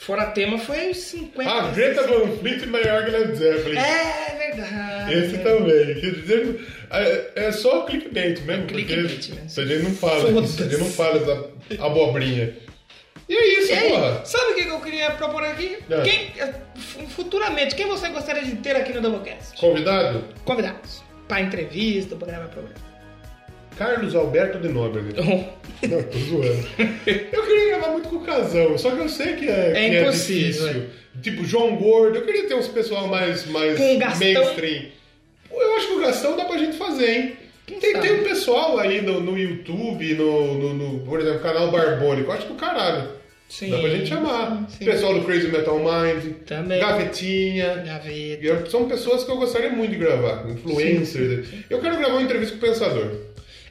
Speaker 1: Fora tema foi os 50.
Speaker 2: Ah, Greta Van Fleet maior que Led Zeppelin.
Speaker 1: É verdade.
Speaker 2: Esse tá- também. Quer dizer, é, é só o clickbait mesmo. porque
Speaker 1: Clickbait mesmo.
Speaker 2: A gente não fala
Speaker 1: Foda-se.
Speaker 2: isso. A gente não fala essa abobrinha. E é isso,
Speaker 1: E aí,
Speaker 2: porra.
Speaker 1: sabe o que que eu queria propor aqui?
Speaker 2: É.
Speaker 1: Quem, fu- futuramente, quem você gostaria de ter aqui no Doublecast?
Speaker 2: Convidado?
Speaker 1: Convidados. Pra entrevista, pra gravar programa.
Speaker 2: Carlos Alberto de Nóbrega. Não, tô zoando. (laughs) Eu queria gravar muito com o Casão, só que eu sei que é, que é
Speaker 1: impossível, é.
Speaker 2: difícil. Tipo, João Gordo. Eu queria ter uns pessoal mais, mais
Speaker 1: Com o Gastão.
Speaker 2: mainstream. Pô, eu acho que o Gastão dá pra gente fazer, hein?
Speaker 1: Quem
Speaker 2: Tem,
Speaker 1: sabe?
Speaker 2: tem um pessoal aí no, no YouTube, no, no- no, por exemplo, canal Barbônico. Eu acho que o caralho.
Speaker 1: Sim.
Speaker 2: Dá pra gente chamar.
Speaker 1: Sim.
Speaker 2: Pessoal do Crazy Metal Mind,
Speaker 1: Também.
Speaker 2: Gavetinha.
Speaker 1: Gaveta.
Speaker 2: Eu- São pessoas que eu gostaria muito de gravar, influencers. Eu quero gravar uma entrevista com o Pensador.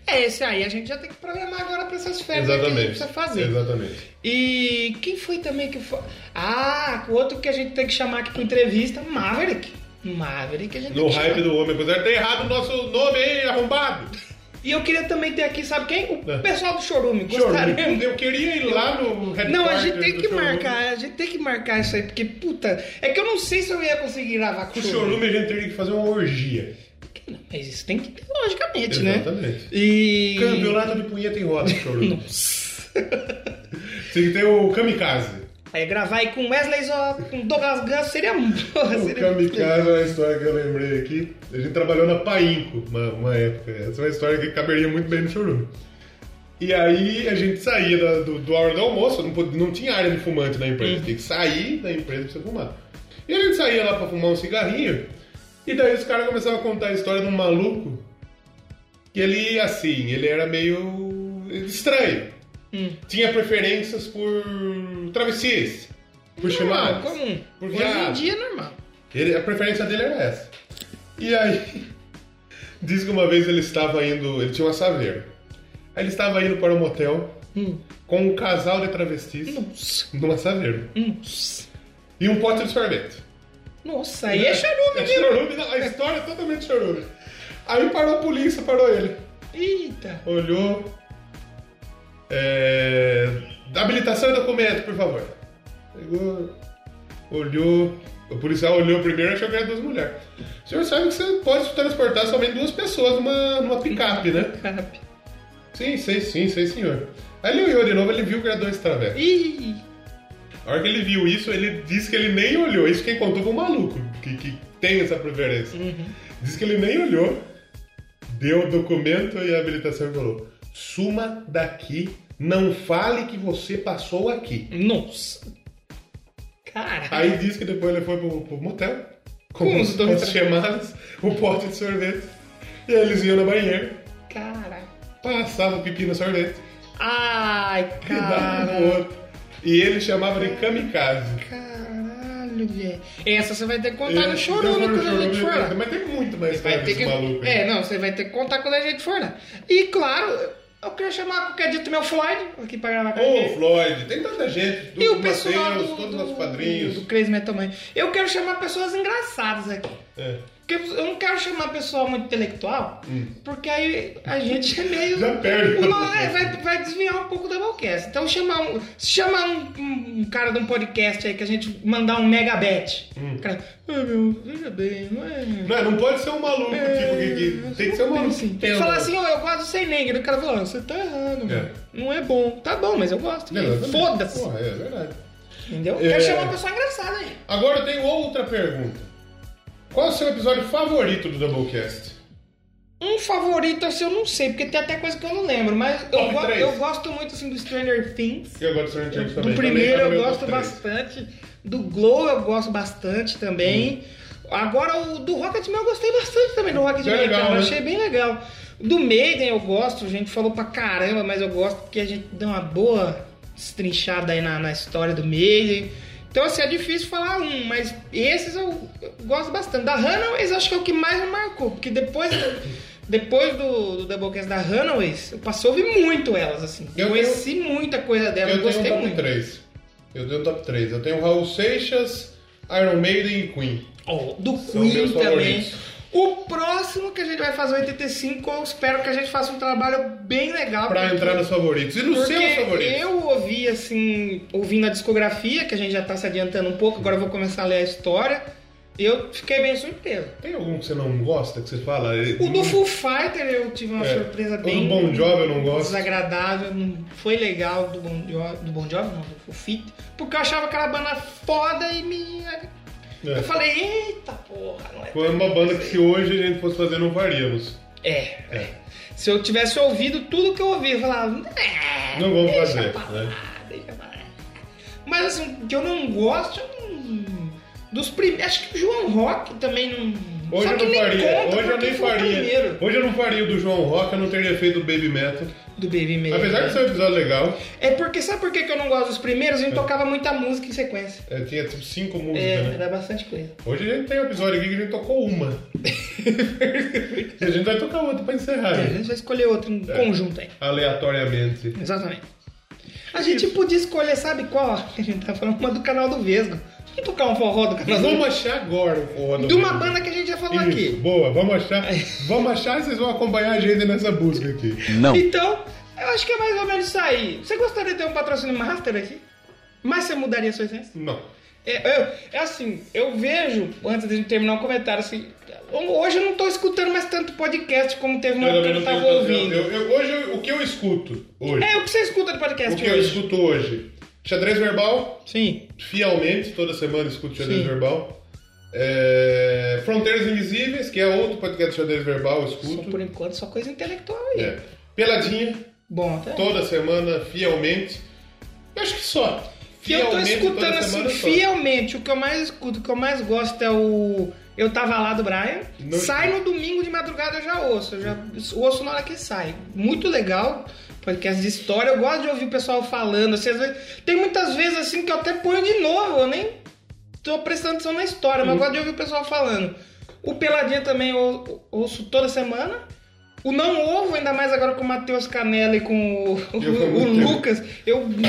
Speaker 1: É, esse aí a gente já tem que programar agora pra essas férias aí que a gente
Speaker 2: Exatamente.
Speaker 1: precisa fazer.
Speaker 2: Exatamente.
Speaker 1: E quem foi também que foi? Ah, o outro que a gente tem que chamar aqui pra entrevista, Maverick. Maverick a gente tem
Speaker 2: No
Speaker 1: que chamar.
Speaker 2: hype do homem, apesar de ter errado o nosso nome aí, arrombado.
Speaker 1: E eu queria também ter aqui, sabe quem? O
Speaker 2: É.
Speaker 1: pessoal do Chorume. Gostaria.
Speaker 2: (laughs) Chorume. Eu queria ir lá no Red
Speaker 1: Não, a
Speaker 2: Park
Speaker 1: gente tem
Speaker 2: do
Speaker 1: que
Speaker 2: Chorume.
Speaker 1: marcar, a gente tem que marcar isso aí, porque, puta, é que eu não sei se eu ia conseguir gravar com
Speaker 2: Com
Speaker 1: o
Speaker 2: o
Speaker 1: Chorume.
Speaker 2: Chorume a gente teria que fazer uma orgia.
Speaker 1: Não, Mas isso tem que ter, logicamente, né?
Speaker 2: Exatamente.
Speaker 1: E. (laughs)
Speaker 2: Campeonato de punheta em roda, Chorume.
Speaker 1: Nossa.
Speaker 2: Tem que ter o kamikaze.
Speaker 1: Aí É, gravar aí com Wesley Zó, com Douglas Gunn seria porra,
Speaker 2: O
Speaker 1: (laughs) seria
Speaker 2: Kamikaze é uma história que eu lembrei aqui. A gente trabalhou na Painco uma, uma época. Essa é uma história que caberia muito bem no chorume. E aí a gente saía da- do, do hora do almoço, não, pod- não tinha área de fumante na empresa, tem que sair da empresa pra você fumar. E a gente saía lá pra fumar um cigarrinho, e daí os caras começavam a contar a história de um maluco que ele, assim, ele era meio estranho.
Speaker 1: Hum.
Speaker 2: Tinha preferências por travestis, por
Speaker 1: normal,
Speaker 2: chimadas.
Speaker 1: comum.
Speaker 2: Por
Speaker 1: Hoje em
Speaker 2: viados.
Speaker 1: dia é normal.
Speaker 2: Ele- a preferência dele era essa. E aí, (laughs) diz que uma vez ele estava indo, ele tinha uma saveira. Aí ele estava indo para um motel
Speaker 1: Hum.
Speaker 2: com um casal de travestis
Speaker 1: Nossa.
Speaker 2: numa saveira
Speaker 1: Nossa.
Speaker 2: e um pote de sorvete.
Speaker 1: Nossa, aí é chorume,
Speaker 2: É
Speaker 1: viu?
Speaker 2: chorume, não, a história é totalmente chorume. Aí parou a polícia, parou ele.
Speaker 1: Eita.
Speaker 2: Olhou. É, habilitação e documento, por favor. Pegou. Olhou. O policial olhou primeiro e achou que era duas mulheres. O senhor sabe que você pode transportar somente duas pessoas numa, numa picape, né?
Speaker 1: Cap.
Speaker 2: Sim, sei, sim, sei, senhor. Aí ele olhou de novo, ele viu que era dois travessos.
Speaker 1: Ih.
Speaker 2: A hora que ele viu isso, ele disse que ele nem olhou. Isso quem contou foi um maluco, que, que tem essa preferência.
Speaker 1: Uhum.
Speaker 2: Diz que ele nem olhou, deu o documento e a habilitação e falou: suma daqui, não fale que você passou aqui.
Speaker 1: Nossa. Cara.
Speaker 2: Aí diz que depois ele foi pro, pro motel.
Speaker 1: Com
Speaker 2: Com
Speaker 1: os
Speaker 2: os
Speaker 1: dois.
Speaker 2: chamados, um pote de sorvete. E aí eles iam na banheira,
Speaker 1: Cara.
Speaker 2: passavam o pipi no sorvete
Speaker 1: Ai,
Speaker 2: e davam
Speaker 1: cara.
Speaker 2: pro outro. E ele chamava de kamikaze.
Speaker 1: Caralho, velho. Essa você vai ter que contar no
Speaker 2: Ele-
Speaker 1: chorando
Speaker 2: Não,
Speaker 1: quando a gente
Speaker 2: chorou,
Speaker 1: for lá.
Speaker 2: Mas tem muito é mais né?
Speaker 1: Vai
Speaker 2: história
Speaker 1: ter
Speaker 2: desse
Speaker 1: que...
Speaker 2: maluco. aí.
Speaker 1: É, não, você vai ter que contar quando a gente for lá. E claro, eu queria chamar qualquer dia também o Floyd aqui pra gravar com
Speaker 2: Ô,
Speaker 1: ele.
Speaker 2: Floyd, tem tanta gente.
Speaker 1: E o
Speaker 2: Dudu
Speaker 1: pessoal do,
Speaker 2: Mateus, todos os
Speaker 1: do,
Speaker 2: nossos padrinhos.
Speaker 1: do Crazy Metal Mind. Eu quero chamar pessoas engraçadas aqui.
Speaker 2: É.
Speaker 1: Porque eu não quero chamar pessoal muito intelectual, porque aí a gente é meio.
Speaker 2: Hum. Já perde.
Speaker 1: O nó- é, vai, vai desviar um pouco da Doublecast. Então chamar um, chamar um, um- um cara de um podcast aí que a gente mandar um megabet.
Speaker 2: Hum.
Speaker 1: O cara, ai meu, veja bem, não é.
Speaker 2: Não, não pode ser um maluco, tipo, que, que- tem que ser um maluco.
Speaker 1: Sim.
Speaker 2: que entenda.
Speaker 1: Falar assim, ó, eu gosto do sem negro. O cara falou, ah, você tá errado, mano.
Speaker 2: É.
Speaker 1: Não é bom. Tá bom, mas eu gosto.
Speaker 2: É,
Speaker 1: velho.
Speaker 2: exatamente.
Speaker 1: Foda-se.
Speaker 2: Porra, é verdade.
Speaker 1: Entendeu?
Speaker 2: É.
Speaker 1: Quero chamar uma pessoa engraçada aí.
Speaker 2: Agora eu tenho outra pergunta. Qual é o seu episódio favorito do Doublecast?
Speaker 1: Um favorito, assim, eu não sei, porque tem até coisa que eu não lembro, mas eu,
Speaker 2: Top
Speaker 1: go-
Speaker 2: três.
Speaker 1: eu gosto muito, assim, do Stranger Things.
Speaker 2: Eu gosto do Stranger Things
Speaker 1: Do
Speaker 2: também.
Speaker 1: primeiro
Speaker 2: também tá no
Speaker 1: eu
Speaker 2: meu
Speaker 1: gosto
Speaker 2: top três.
Speaker 1: bastante. Do Glow eu gosto bastante também.
Speaker 2: Hum.
Speaker 1: Agora o do Rocketman eu gostei bastante também do Rocketman,
Speaker 2: É legal,
Speaker 1: cara. Eu
Speaker 2: né?
Speaker 1: achei bem legal. Do Maiden eu gosto, a gente falou pra caramba, mas eu gosto porque a gente deu uma boa destrinchada aí na, na história do Maiden. Então, assim, é difícil falar um, mas esses eu, eu gosto bastante. Da Runaways eu acho que é o que mais me marcou, porque depois, do-
Speaker 2: (coughs)
Speaker 1: depois do, do Doublecast da Runaways, eu passei a ouvir muito elas, assim.
Speaker 2: Eu
Speaker 1: Conheci muita coisa delas,
Speaker 2: Eu
Speaker 1: gostei
Speaker 2: tenho um
Speaker 1: muito.
Speaker 2: top 3. Eu tenho um top 3. Eu tenho Raul Seixas, Iron Maiden e Queen.
Speaker 1: Ó, do
Speaker 2: São
Speaker 1: Queen
Speaker 2: meus
Speaker 1: também.
Speaker 2: favoritos.
Speaker 1: O próximo que a gente vai fazer, o 85, eu espero que a gente faça um trabalho bem legal.
Speaker 2: Pra
Speaker 1: porque-
Speaker 2: entrar nos favoritos. E nos
Speaker 1: Porque
Speaker 2: seus favoritos?
Speaker 1: eu ouvi, assim, ouvindo a discografia, que a gente já tá se adiantando um pouco, agora eu vou começar a ler a história, e eu fiquei bem surpreso.
Speaker 2: Tem algum que você não gosta, que você fala?
Speaker 1: O do Full Fighter eu tive uma
Speaker 2: É.
Speaker 1: surpresa
Speaker 2: O do
Speaker 1: bem...
Speaker 2: Bon Jovi eu não gosto.
Speaker 1: Desagradável, não foi legal do Bon Jovi, do Bon Jovi, não, do Full Fit, porque eu achava aquela banda foda e me... Eu
Speaker 2: É.
Speaker 1: falei, eita porra, não é
Speaker 2: Foi uma banda que se hoje a gente fosse fazer, não faríamos.
Speaker 1: É.
Speaker 2: É.
Speaker 1: Se eu tivesse ouvido tudo que eu ouvi, eu falava. "É,
Speaker 2: Não vamos
Speaker 1: deixa
Speaker 2: fazer,
Speaker 1: pra lá,
Speaker 2: né?"
Speaker 1: deixa pra lá." Mas assim, o que eu não gosto eu não- dos primeiros. Acho que o João Rock também não.
Speaker 2: Hoje
Speaker 1: Só
Speaker 2: eu
Speaker 1: que
Speaker 2: não
Speaker 1: nem
Speaker 2: faria.
Speaker 1: conta,
Speaker 2: Hoje eu
Speaker 1: porque
Speaker 2: nem
Speaker 1: foi o
Speaker 2: faria.
Speaker 1: primeiro
Speaker 2: Hoje eu não faria o do João Rock, eu não teria feito o Baby Metal.
Speaker 1: do Baby Metal.
Speaker 2: Apesar de ser um episódio legal,
Speaker 1: É porque, sabe por que que eu não gosto dos primeiros? A gente tocava muita música em sequência.
Speaker 2: é, tinha tipo cinco músicas,
Speaker 1: É,
Speaker 2: É. né?
Speaker 1: era bastante coisa.
Speaker 2: Hoje a gente tem um episódio aqui que a gente tocou
Speaker 1: (laughs)
Speaker 2: uma. e a gente vai tocar outra pra encerrar.
Speaker 1: É, a
Speaker 2: né?
Speaker 1: gente vai escolher outro em conjunto aí.
Speaker 2: Aleatoriamente.
Speaker 1: Exatamente. A gente podia escolher, sabe qual? (laughs) A gente tá falando uma do canal do Vesgo. Vamos tocar um forró do canal
Speaker 2: Nós
Speaker 1: do
Speaker 2: vamos achar agora o forró do
Speaker 1: De uma
Speaker 2: Pedro.
Speaker 1: banda que a gente já falou
Speaker 2: Isso,
Speaker 1: aqui. É.
Speaker 2: Boa, vamos achar. Vamos achar e vocês vão acompanhar a gente nessa busca aqui.
Speaker 3: Não.
Speaker 1: Então, eu acho que é mais ou menos isso aí. Você gostaria de ter um patrocínio master aqui? Mas você mudaria a sua essência?
Speaker 2: Não.
Speaker 1: É, eu- é assim, eu vejo, antes de a gente terminar o comentário, assim, hoje eu não tô escutando mais tanto podcast como teve uma
Speaker 2: Eu
Speaker 1: época que
Speaker 2: também
Speaker 1: eu
Speaker 2: não
Speaker 1: tava
Speaker 2: tenho
Speaker 1: ouvindo.
Speaker 2: tanto- eu- eu- Hoje, eu- o que eu escuto hoje?
Speaker 1: É, o que você escuta de
Speaker 2: o
Speaker 1: podcast
Speaker 2: que eu
Speaker 1: hoje?
Speaker 2: escuto hoje? Xadrez verbal,
Speaker 1: Sim.
Speaker 2: fielmente, toda semana escuto xadrez
Speaker 1: Sim.
Speaker 2: verbal. É, Fronteiras Invisíveis, que é outro podcast de xadrez verbal, eu
Speaker 1: Só
Speaker 2: escuto.
Speaker 1: por enquanto, só coisa intelectual aí.
Speaker 2: É. Peladinha,
Speaker 1: Bom, até.
Speaker 2: toda semana, fielmente. Eu acho que só.
Speaker 1: Que eu tô
Speaker 2: Fielmente,
Speaker 1: escutando
Speaker 2: toda
Speaker 1: assim,
Speaker 2: semana, só.
Speaker 1: fielmente. O que eu mais escuto, o que eu mais gosto é o Eu Tava Lá do Brian.
Speaker 2: Não
Speaker 1: sai no domingo de madrugada, eu já ouço. Eu já ouço na hora que sai. Muito legal. Podcast de história. Eu gosto de ouvir o pessoal falando. assim, às vezes- tem muitas vezes assim que eu até ponho de novo. Eu nem tô prestando atenção na história, mas eu gosto de ouvir o pessoal falando. O Peladinha também eu ouço toda semana. O Não Ovo, ainda mais agora com o Matheus Canella e com o,
Speaker 2: Eu vou
Speaker 1: (laughs) o
Speaker 2: muito.
Speaker 1: Lucas, eu me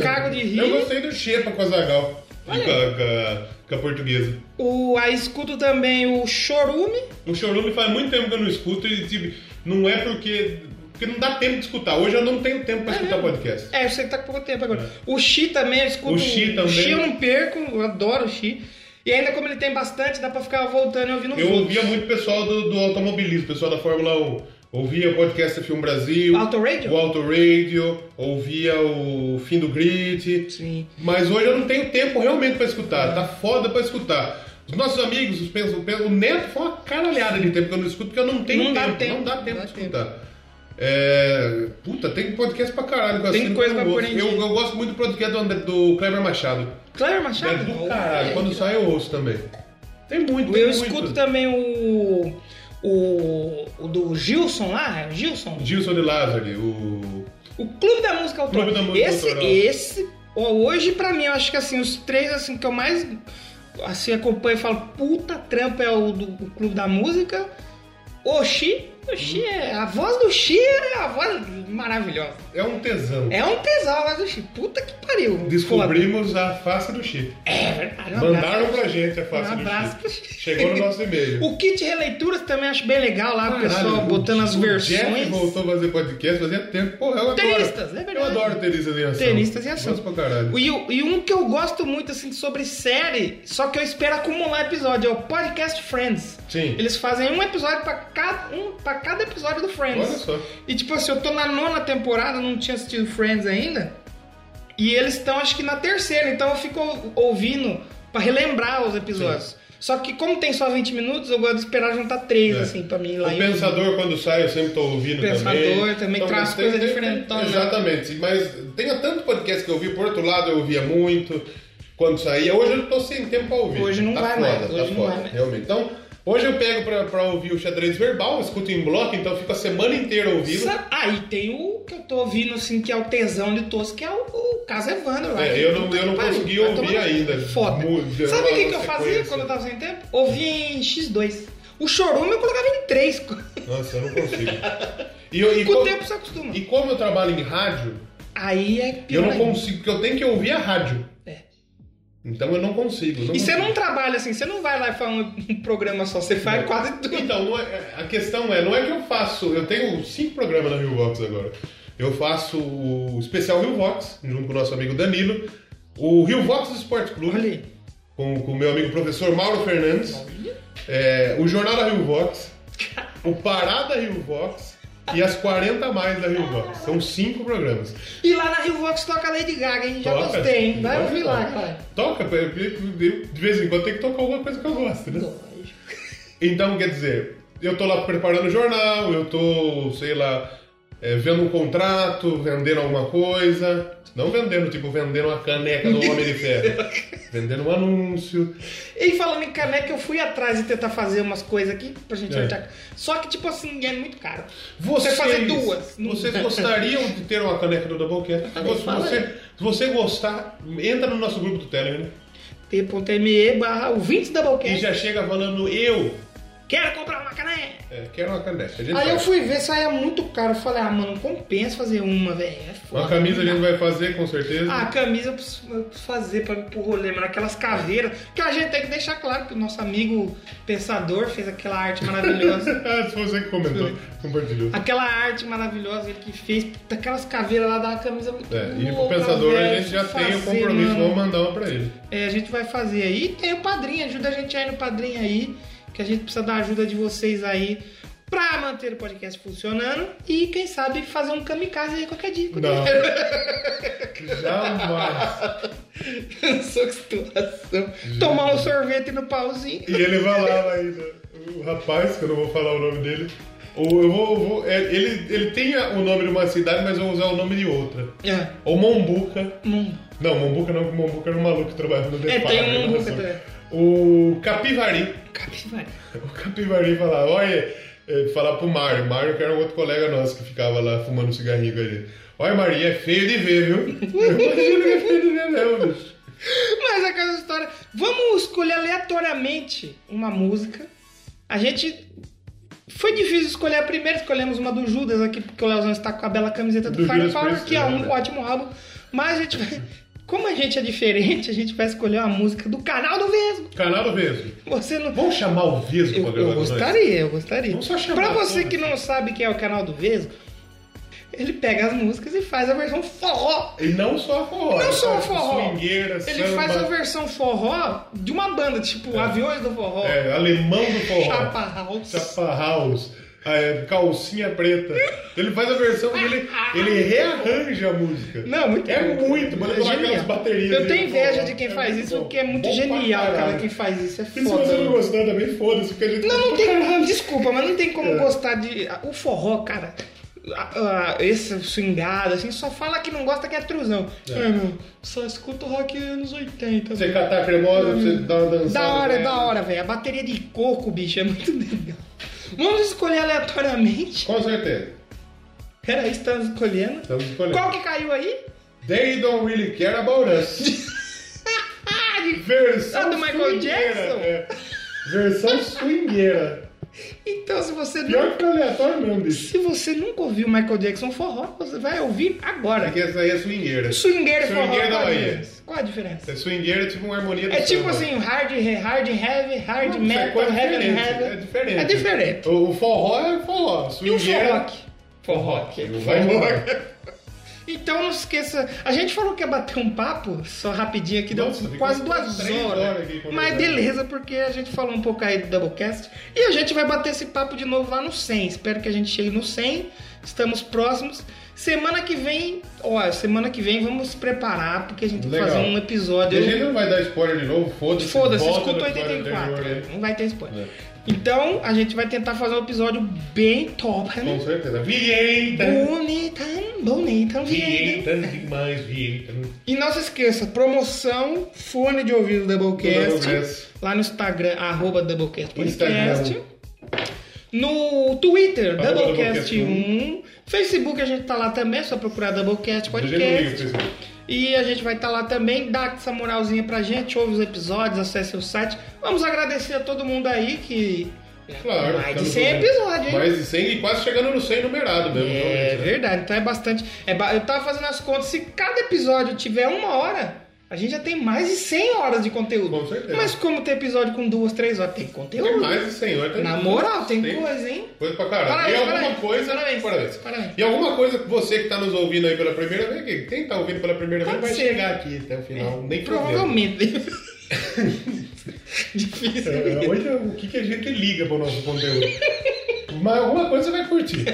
Speaker 1: cago de rir.
Speaker 2: Eu gostei do Xepa com a Zagal. E
Speaker 1: Olha
Speaker 2: com a, com a- com a portuguesa.
Speaker 1: O, aí escuto também o Chorume.
Speaker 2: O Chorume faz muito tempo que eu não escuto e tipo, não é porque. Porque não dá tempo de escutar. Hoje eu não tenho tempo pra escutar podcast.
Speaker 1: É, eu sei que tá com pouco tempo agora. O Xi também, eu escuto.
Speaker 2: O Xi também.
Speaker 1: Xi eu não perco, eu adoro o Xi. E ainda como ele tem bastante, dá pra ficar voltando e ouvindo
Speaker 2: Eu
Speaker 1: os
Speaker 2: ouvia muito o pessoal do, do automobilismo, o pessoal da Fórmula 1. Ouvia o podcast F1 Brasil.
Speaker 1: Auto Radio?
Speaker 2: O Auto Radio. Ouvia o Fim do Grid.
Speaker 1: Sim.
Speaker 2: Mas hoje eu não tenho tempo realmente pra escutar. Tá foda pra escutar. Os nossos amigos, os pensos, o Neto foi uma caralhada de tempo que eu não escuto, porque eu não tenho
Speaker 1: Não dá
Speaker 2: tempo,
Speaker 1: tempo,
Speaker 2: Não dá tempo
Speaker 1: dá
Speaker 2: de escutar. É, Puta, tem podcast pra caralho. que eu
Speaker 1: Tem
Speaker 2: assino
Speaker 1: coisa
Speaker 2: que eu
Speaker 1: pra
Speaker 2: gosto.
Speaker 1: pôr em
Speaker 2: eu,
Speaker 1: dia.
Speaker 2: eu gosto muito do podcast do, André- do Kleber Machado.
Speaker 1: Claire
Speaker 2: É
Speaker 1: Machado?
Speaker 2: do caralho.
Speaker 1: É.
Speaker 2: Quando sai, eu ouço também. Tem muito, tem
Speaker 1: Eu
Speaker 2: muito.
Speaker 1: escuto também o, o. o do Gilson lá, é Gilson.
Speaker 2: Gilson de Lázari, o...
Speaker 1: O Clube da Música Autoral.
Speaker 2: Clube da Música
Speaker 1: esse,
Speaker 2: Autoral.
Speaker 1: esse, ó, hoje pra mim, eu acho que assim, os três assim que eu mais assim acompanho e falo, puta trampa é o do o Clube da Música. O Xi, o Xi é, a voz do Xi é a voz maravilhosa.
Speaker 2: É um tesão.
Speaker 1: É um tesão a voz do Xi. Puta que pariu.
Speaker 2: Descobrimos a face do Chip.
Speaker 1: Foda. É verdade. um abraço.
Speaker 2: Mandaram pra gente a face
Speaker 1: Um abraço
Speaker 2: do
Speaker 1: pro
Speaker 2: Chip.
Speaker 1: Chip.
Speaker 2: Chegou no nosso e-mail.
Speaker 1: O kit releituras também acho bem legal lá, o
Speaker 2: Caralho,
Speaker 1: Ah, pessoal botando as
Speaker 2: o
Speaker 1: versões.
Speaker 2: Jeff voltou a fazer podcast, fazia tempo. Porra, eu adoro.
Speaker 1: Tenistas, é verdade.
Speaker 2: Eu adoro tenistas em ação.
Speaker 1: Tenistas em ação.
Speaker 2: Gosto pra caralho.
Speaker 1: E, o- e um que eu gosto muito, assim, sobre série, só que eu espero acumular episódio, é o Podcast Friends.
Speaker 2: Sim.
Speaker 1: Eles fazem um episódio pra cada, um pra cada episódio do Friends.
Speaker 2: Olha só.
Speaker 1: E, tipo assim, eu tô na nona temporada, não tinha assistido Friends ainda, e eles estão, acho que na terceira, então eu fico ouvindo pra relembrar os episódios. Só que como tem só 20 minutos, eu gosto de esperar juntar três,
Speaker 2: É.
Speaker 1: assim, pra mim ir
Speaker 2: O
Speaker 1: lá e ouvir.
Speaker 2: Pensador, quando sai, eu sempre tô ouvindo
Speaker 1: Pensador
Speaker 2: também.
Speaker 1: também traz
Speaker 2: mas tem-
Speaker 1: coisa
Speaker 2: tem-
Speaker 1: diferentona.
Speaker 2: Exatamente. Mas tem tanto podcast que eu ouvi. Por outro lado, eu ouvia muito quando saía. Hoje eu tô sem tempo pra ouvir.
Speaker 1: Hoje não
Speaker 2: tá
Speaker 1: vai
Speaker 2: foda,
Speaker 1: mais,
Speaker 2: Tá
Speaker 1: hoje não
Speaker 2: foda,
Speaker 1: vai mais.
Speaker 2: realmente. Então, hoje eu pego pra, pra ouvir o xadrez verbal, escuto em bloco, então eu fico a semana inteira ouvindo.
Speaker 1: Sa- Ah, e tem o que eu tô ouvindo, assim, que é o tesão de todos, que é o, o caso Evandro. lá.
Speaker 2: É, eu não- eu não
Speaker 1: Pariu,
Speaker 2: consegui
Speaker 1: vai
Speaker 2: ouvir
Speaker 1: tomar no cu.
Speaker 2: ainda.
Speaker 1: Foda.
Speaker 2: Música,
Speaker 1: Sabe o que, que eu
Speaker 2: sequência.
Speaker 1: fazia quando eu tava sem tempo? Ouvia em X2. O chorume eu colocava em 3.
Speaker 2: Nossa, eu
Speaker 1: (laughs)
Speaker 2: não consigo. E, eu- e
Speaker 1: Com
Speaker 2: co-
Speaker 1: o tempo você acostuma.
Speaker 2: e como eu trabalho em rádio,
Speaker 1: Aí é pior.
Speaker 2: eu não
Speaker 1: ainda.
Speaker 2: consigo, porque eu tenho que ouvir a rádio.
Speaker 1: É.
Speaker 2: Então eu não consigo.
Speaker 1: E você
Speaker 2: consigo.
Speaker 1: não trabalha assim, você não vai lá e faz um, um programa só, você faz quase tudo.
Speaker 2: Então, não é- a questão é, não é que eu faço. Eu tenho cinco programas na Rio Vox agora. Eu faço o especial Rio Vox, junto com o nosso amigo Danilo. O Rio Vox Esporte Clube,
Speaker 1: Olha aí.
Speaker 2: com com o meu amigo professor Mauro Fernandes. É, o Jornal da Rio Vox, o Pará da Rio Vox e as 40 a mais da Rio Vox. São cinco programas.
Speaker 1: E lá na Rio Vox toca Lady Gaga, hein? Já
Speaker 2: Toca?
Speaker 1: gostei, hein? Vai
Speaker 2: Toca.
Speaker 1: ouvir lá, cara.
Speaker 2: Toca, eu- eu- eu- de vez em quando tem que tocar alguma coisa que eu gosto, né? Então, quer dizer, eu tô lá preparando o jornal, eu tô, sei lá, é, vendo um contrato, vendendo alguma coisa. Não vendendo, tipo, vendendo uma caneca do Homem de
Speaker 1: (laughs)
Speaker 2: Ferro. vendendo um anúncio.
Speaker 1: E falando em caneca, eu fui atrás de tentar fazer umas coisas aqui pra gente
Speaker 2: É.
Speaker 1: achar. Só que, tipo assim, é muito caro.
Speaker 2: Vocês,
Speaker 1: Você fazer duas. não-
Speaker 2: Vocês gostariam de ter uma caneca do Doublecast?
Speaker 1: Também
Speaker 2: Se
Speaker 1: fala
Speaker 2: você,
Speaker 1: aí.
Speaker 2: se você gostar, entra no nosso grupo do Telegram
Speaker 1: T.me barra ouvintes da
Speaker 2: e já chega falando eu
Speaker 1: Quero comprar uma caneca.
Speaker 2: é, quero uma caneca. A gente
Speaker 1: Aí
Speaker 2: vai.
Speaker 1: eu fui ver, isso aí é muito caro. Eu falei, ah, mano, compensa fazer uma, velho. É foda.
Speaker 2: Uma camisa a gente vai fazer, com certeza.
Speaker 1: Ah, a camisa eu preciso eu preciso fazer pra, pro rolê, mano. Aquelas caveiras. Que a gente tem que deixar claro que o nosso amigo pensador fez aquela arte
Speaker 2: (laughs)
Speaker 1: maravilhosa.
Speaker 2: Ah, (laughs) se você que comentou, compartilhou.
Speaker 1: Aquela arte maravilhosa ele que fez, daquelas caveiras lá da camisa muito
Speaker 2: É, e pro
Speaker 1: louca,
Speaker 2: pensador a
Speaker 1: velho,
Speaker 2: gente já tem o
Speaker 1: fazer,
Speaker 2: compromisso,
Speaker 1: mano.
Speaker 2: vamos mandar uma pra ele.
Speaker 1: É, a gente vai fazer aí. E Tem o padrinho, ajuda a gente aí no padrinho aí, que a gente precisa da ajuda de vocês aí pra manter o podcast funcionando e quem sabe fazer um kamikaze aí qualquer dia. qualquer
Speaker 2: (laughs) Não.
Speaker 1: dia.
Speaker 2: Jamais.
Speaker 1: (laughs) Só que situação. Tomar um sorvete no pauzinho.
Speaker 2: E ele vai lá ainda. O rapaz, que eu não vou falar o nome dele. Ou eu vou. eu vou- é, ele, ele tem a- o nome de uma cidade, mas eu vou usar o nome de outra.
Speaker 1: É.
Speaker 2: Ou Mombuca.
Speaker 1: Hum.
Speaker 2: Não, Mombuca não, porque Mombuca era um maluco que trabalhava no
Speaker 1: É,
Speaker 2: Depar.
Speaker 1: tem
Speaker 2: né,
Speaker 1: um mundo
Speaker 2: na
Speaker 1: também.
Speaker 2: O Capivari.
Speaker 1: Capivara.
Speaker 2: O Capivari falar, olha, é, falar pro Mário, Mário que era um outro colega nosso que ficava lá fumando um cigarrinho com ele. Olha, Mário, e é feio de ver, viu? (laughs) Eu imagino que é feio de ver mesmo, bicho.
Speaker 1: Mas aquela história. Vamos escolher aleatoriamente uma música. A gente. Foi difícil escolher a primeira, escolhemos uma do Judas aqui, porque o Leozão está com a bela camiseta do,
Speaker 2: Do Judas
Speaker 1: Firepower,
Speaker 2: Priest,
Speaker 1: que é um
Speaker 2: né?
Speaker 1: ótimo álbum. Mas a gente
Speaker 2: (laughs)
Speaker 1: vai. Como a gente é diferente, a gente vai escolher uma música do canal do Vesgo.
Speaker 2: Canal do Vesgo.
Speaker 1: Você não.
Speaker 2: Vamos chamar o Vesgo
Speaker 1: Eu,
Speaker 2: pra
Speaker 1: eu
Speaker 2: gravar com nós?
Speaker 1: gostaria, eu gostaria.
Speaker 2: Vamos só chamar né?
Speaker 1: Pra você
Speaker 2: todos.
Speaker 1: que não sabe que é o canal do Vesgo, ele pega as músicas e faz a versão forró.
Speaker 2: E não só forró.
Speaker 1: Não
Speaker 2: ele
Speaker 1: só
Speaker 2: faz
Speaker 1: forró.
Speaker 2: Swingueira,
Speaker 1: Ele
Speaker 2: samba,
Speaker 1: faz a versão forró de uma banda, tipo Aviões do Forró,
Speaker 2: é, alemão do forró.
Speaker 1: Chapa House.
Speaker 2: Chapa House. Ah, é, calcinha preta. Ele faz a versão e ele, ele rearranja a música.
Speaker 1: Não, muito
Speaker 2: É
Speaker 1: bom.
Speaker 2: muito, mas
Speaker 1: É
Speaker 2: coloca
Speaker 1: genial.
Speaker 2: aquelas baterias
Speaker 1: Eu
Speaker 2: aí,
Speaker 1: tenho inveja
Speaker 2: pô,
Speaker 1: de quem
Speaker 2: é
Speaker 1: faz
Speaker 2: muito
Speaker 1: isso,
Speaker 2: bom.
Speaker 1: porque é muito
Speaker 2: Bom pra
Speaker 1: genial, cara,
Speaker 2: caralho.
Speaker 1: quem faz isso. É foda.
Speaker 2: E se você
Speaker 1: mano.
Speaker 2: não gostar também, foda-se, porque a gente
Speaker 1: Não, não
Speaker 2: pra É.
Speaker 1: tem
Speaker 2: caralho.
Speaker 1: como. Desculpa, mas não tem como gostar de. O ah, forró, cara. a- a- esse swingado, assim, só fala que não gosta que é trusão.
Speaker 2: É.
Speaker 1: É, meu, só escuta o rock anos 80.
Speaker 2: Você
Speaker 1: velho.
Speaker 2: catar cremosa, você dar uma dançada.
Speaker 1: Hum. Da hora,
Speaker 2: né?
Speaker 1: da hora, velho. A bateria de coco, bicho, é muito legal. Vamos escolher aleatoriamente.
Speaker 2: Com certeza.
Speaker 1: Peraí, estamos escolhendo.
Speaker 2: Estamos escolhendo.
Speaker 1: Qual que caiu aí?
Speaker 2: They don't really care
Speaker 1: (laughs)
Speaker 2: about us. Versão
Speaker 1: Ah, do Michael
Speaker 2: swingueira,
Speaker 1: Jackson?
Speaker 2: é. Versão swingueira.
Speaker 1: (laughs) Então, se você não.
Speaker 2: Pior que aleatório mesmo, bicho.
Speaker 1: Se você nunca ouviu Michael Jackson forró, você vai ouvir agora.
Speaker 2: Porque essa aí é swingueira.
Speaker 1: Swingueiro e forró.
Speaker 2: Swingueiro da
Speaker 1: qual a
Speaker 2: Bahia.
Speaker 1: diferença? Qual a diferença?
Speaker 2: É swingueira é tipo uma harmonia do
Speaker 1: É tipo
Speaker 2: samba.
Speaker 1: assim, hard, hard heavy, hard
Speaker 2: Isso é
Speaker 1: metal,
Speaker 2: coisa
Speaker 1: heavy
Speaker 2: diferente,
Speaker 1: heavy.
Speaker 2: É diferente.
Speaker 1: É diferente.
Speaker 2: O, o forró é forró.
Speaker 1: E o
Speaker 2: Swingueira. é
Speaker 1: forrock? Forrock.
Speaker 2: O forró.
Speaker 1: Então não esqueça, a gente falou que ia bater um papo, só rapidinho aqui, deu
Speaker 2: Nossa, ficou
Speaker 1: quase duas
Speaker 2: três
Speaker 1: horas.
Speaker 2: horas aqui conversando.
Speaker 1: Mas beleza, porque a gente falou um pouco aí do Doublecast. E a gente vai bater esse papo de novo lá no 100. Espero que a gente chegue no 100. Estamos próximos. Semana que vem, ó, semana que vem vamos se preparar, porque a gente vai
Speaker 2: Legal.
Speaker 1: fazer um
Speaker 2: E A
Speaker 1: episódio.
Speaker 2: gente não vai dar spoiler de novo, foda-se.
Speaker 1: Foda-se,
Speaker 2: volta
Speaker 1: escuta o
Speaker 2: no episódio anterior,
Speaker 1: 84.
Speaker 2: né?
Speaker 1: Não vai ter spoiler.
Speaker 2: É.
Speaker 1: Então a gente vai tentar fazer um episódio bem top,
Speaker 2: Com
Speaker 1: né?
Speaker 2: certeza. Vieita!
Speaker 1: Bonita, bonita, vieta.
Speaker 2: Vieita demais, Vieita.
Speaker 1: E não se esqueça, promoção, fone de ouvido Doublecast,
Speaker 2: Do Doublecast.
Speaker 1: lá no Instagram, arroba Doublecast Podcast.
Speaker 2: Instagram.
Speaker 1: No Twitter,
Speaker 2: Arroba
Speaker 1: Doublecast1. Facebook a gente tá lá também, é só procurar Doublecast Podcast. E a gente vai estar lá também, dá essa moralzinha pra gente, ouve os episódios, acesse o site. Vamos agradecer a todo mundo aí que... né,
Speaker 2: Claro.
Speaker 1: mais de
Speaker 2: estamos
Speaker 1: 100
Speaker 2: ouvindo.
Speaker 1: episódios, hein?
Speaker 2: Mais de 100 e quase chegando no 100 numerado mesmo.
Speaker 1: É
Speaker 2: realmente, né?
Speaker 1: verdade, então é bastante. é ba- eu tava fazendo as contas, se cada episódio tiver uma hora, a gente já tem mais de 100 horas de conteúdo.
Speaker 2: Com certeza.
Speaker 1: Mas como tem episódio com duas, três horas, tem
Speaker 2: Tem
Speaker 1: conteúdo.
Speaker 2: mais de 100. olha, tem-
Speaker 1: Na moral, tem,
Speaker 2: tem
Speaker 1: coisa, hein?
Speaker 2: Coisa pra caralho.
Speaker 1: Parabéns,
Speaker 2: e alguma
Speaker 1: parabéns,
Speaker 2: coisa.
Speaker 1: parabéns, parabéns.
Speaker 2: E alguma coisa que você que tá nos ouvindo aí pela primeira vez, que quem tá ouvindo pela primeira vez
Speaker 1: Pode
Speaker 2: vai
Speaker 1: ser.
Speaker 2: chegar aqui até o final. Nem problema. (laughs)
Speaker 1: Provavelmente. Difícil.
Speaker 2: É, Olha o que, que a gente liga pro nosso conteúdo. Mas alguma coisa você vai curtir.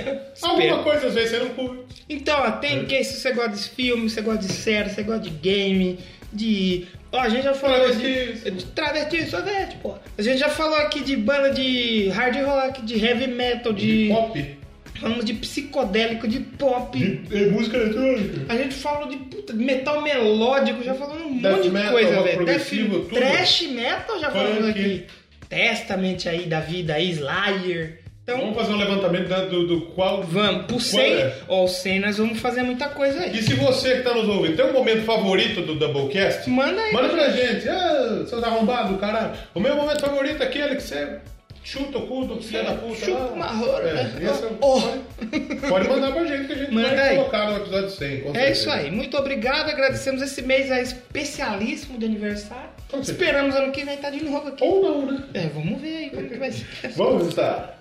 Speaker 2: alguma coisa às vezes você não curte.
Speaker 1: Então, ó,
Speaker 2: É.
Speaker 1: tem que se você gosta de filme, você gosta de série, você gosta de game, de. Ó, a gente já falou de,
Speaker 2: Travestis.
Speaker 1: de travesti sorvete, pô. A gente já falou aqui de banda de hard rock, de heavy metal, de.
Speaker 2: De pop.
Speaker 1: Falamos de psicodélico, de pop.
Speaker 2: De, de música eletrônica.
Speaker 1: A gente falou de puta, de metal melódico, já falamos um
Speaker 2: Death
Speaker 1: monte de
Speaker 2: metal,
Speaker 1: coisa,
Speaker 2: rock
Speaker 1: velho. Death,
Speaker 2: progressivo, tudo.
Speaker 1: trash metal já falamos
Speaker 2: Funk.
Speaker 1: aqui. Testament aí da vida aí, Slayer. Então,
Speaker 2: Vamos fazer um levantamento da- do, do qual.
Speaker 1: vamos, pro 100,
Speaker 2: é?
Speaker 1: ó, o 100 nós vamos fazer muita coisa aí.
Speaker 2: E se você que tá nos ouvindo tem um momento favorito do Doublecast,
Speaker 1: Manda aí.
Speaker 2: Manda pra gente, ah, seus arrombados, caralho. O meu momento favorito é aquele que você chuta o cu do filho da puta.
Speaker 1: Chupa
Speaker 2: lá.
Speaker 1: uma rola,
Speaker 2: É,
Speaker 1: né?
Speaker 2: esse é-
Speaker 1: Oh.
Speaker 2: pode, pode mandar pra gente que a gente
Speaker 1: Manda
Speaker 2: vai
Speaker 1: aí.
Speaker 2: colocar no episódio 100. com
Speaker 1: É
Speaker 2: certeza.
Speaker 1: isso aí. Muito obrigado. Agradecemos esse mês aí especialíssimo de aniversário.
Speaker 2: Com certeza.
Speaker 1: Esperamos ano que vem estar de novo aqui.
Speaker 2: Ou não, né?
Speaker 1: É, vamos ver aí como que vai ser.
Speaker 2: Vamos estar.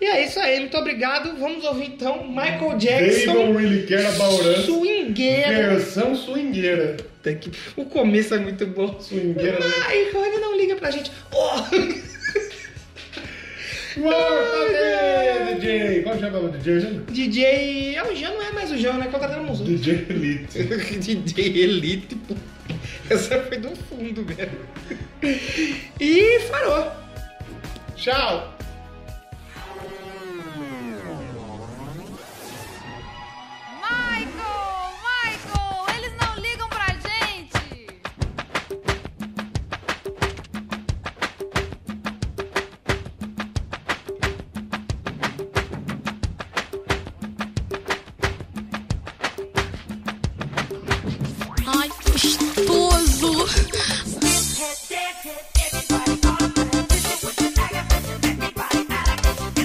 Speaker 1: E é isso aí. Muito obrigado. Vamos ouvir então Michael
Speaker 2: They don't
Speaker 1: Jackson,
Speaker 2: really care about us.
Speaker 1: swingueiro.
Speaker 2: Versão swingueira.
Speaker 1: Puta que- O começo é muito bom.
Speaker 2: Swingueira, né?
Speaker 1: Ai, Rony, não liga pra gente. Oh! (laughs)
Speaker 2: Ai, DJ. Qual chama o DJ? né?
Speaker 1: DJ. É o Jean, não é mais o Jean, né? Contrataram um (laughs) outros.
Speaker 2: DJ Elite.
Speaker 1: DJ Elite, pô. Essa foi do fundo, velho. E farou.
Speaker 2: Tchau.
Speaker 3: Michael, Michael, eles não ligam pra gente.
Speaker 4: Ai, gostoso.
Speaker 5: Everybody on, this is what you like, I bet you make me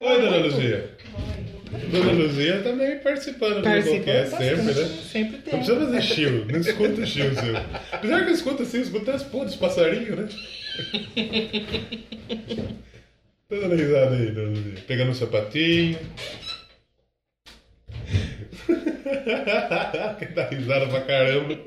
Speaker 2: Oi, dona Luzia. Dona Luzia também participando do podcast
Speaker 1: bastante,
Speaker 2: sempre, né?
Speaker 1: Sempre tem.
Speaker 2: Não precisa fazer chill, não escuta o chill seu. Apesar que eu escuto assim, eu escuto até as porras dos passarinhos, né? Tá dando risada aí, dona Luzia. Pegando o sapatinho. (laughs) Quer dar risada pra caramba.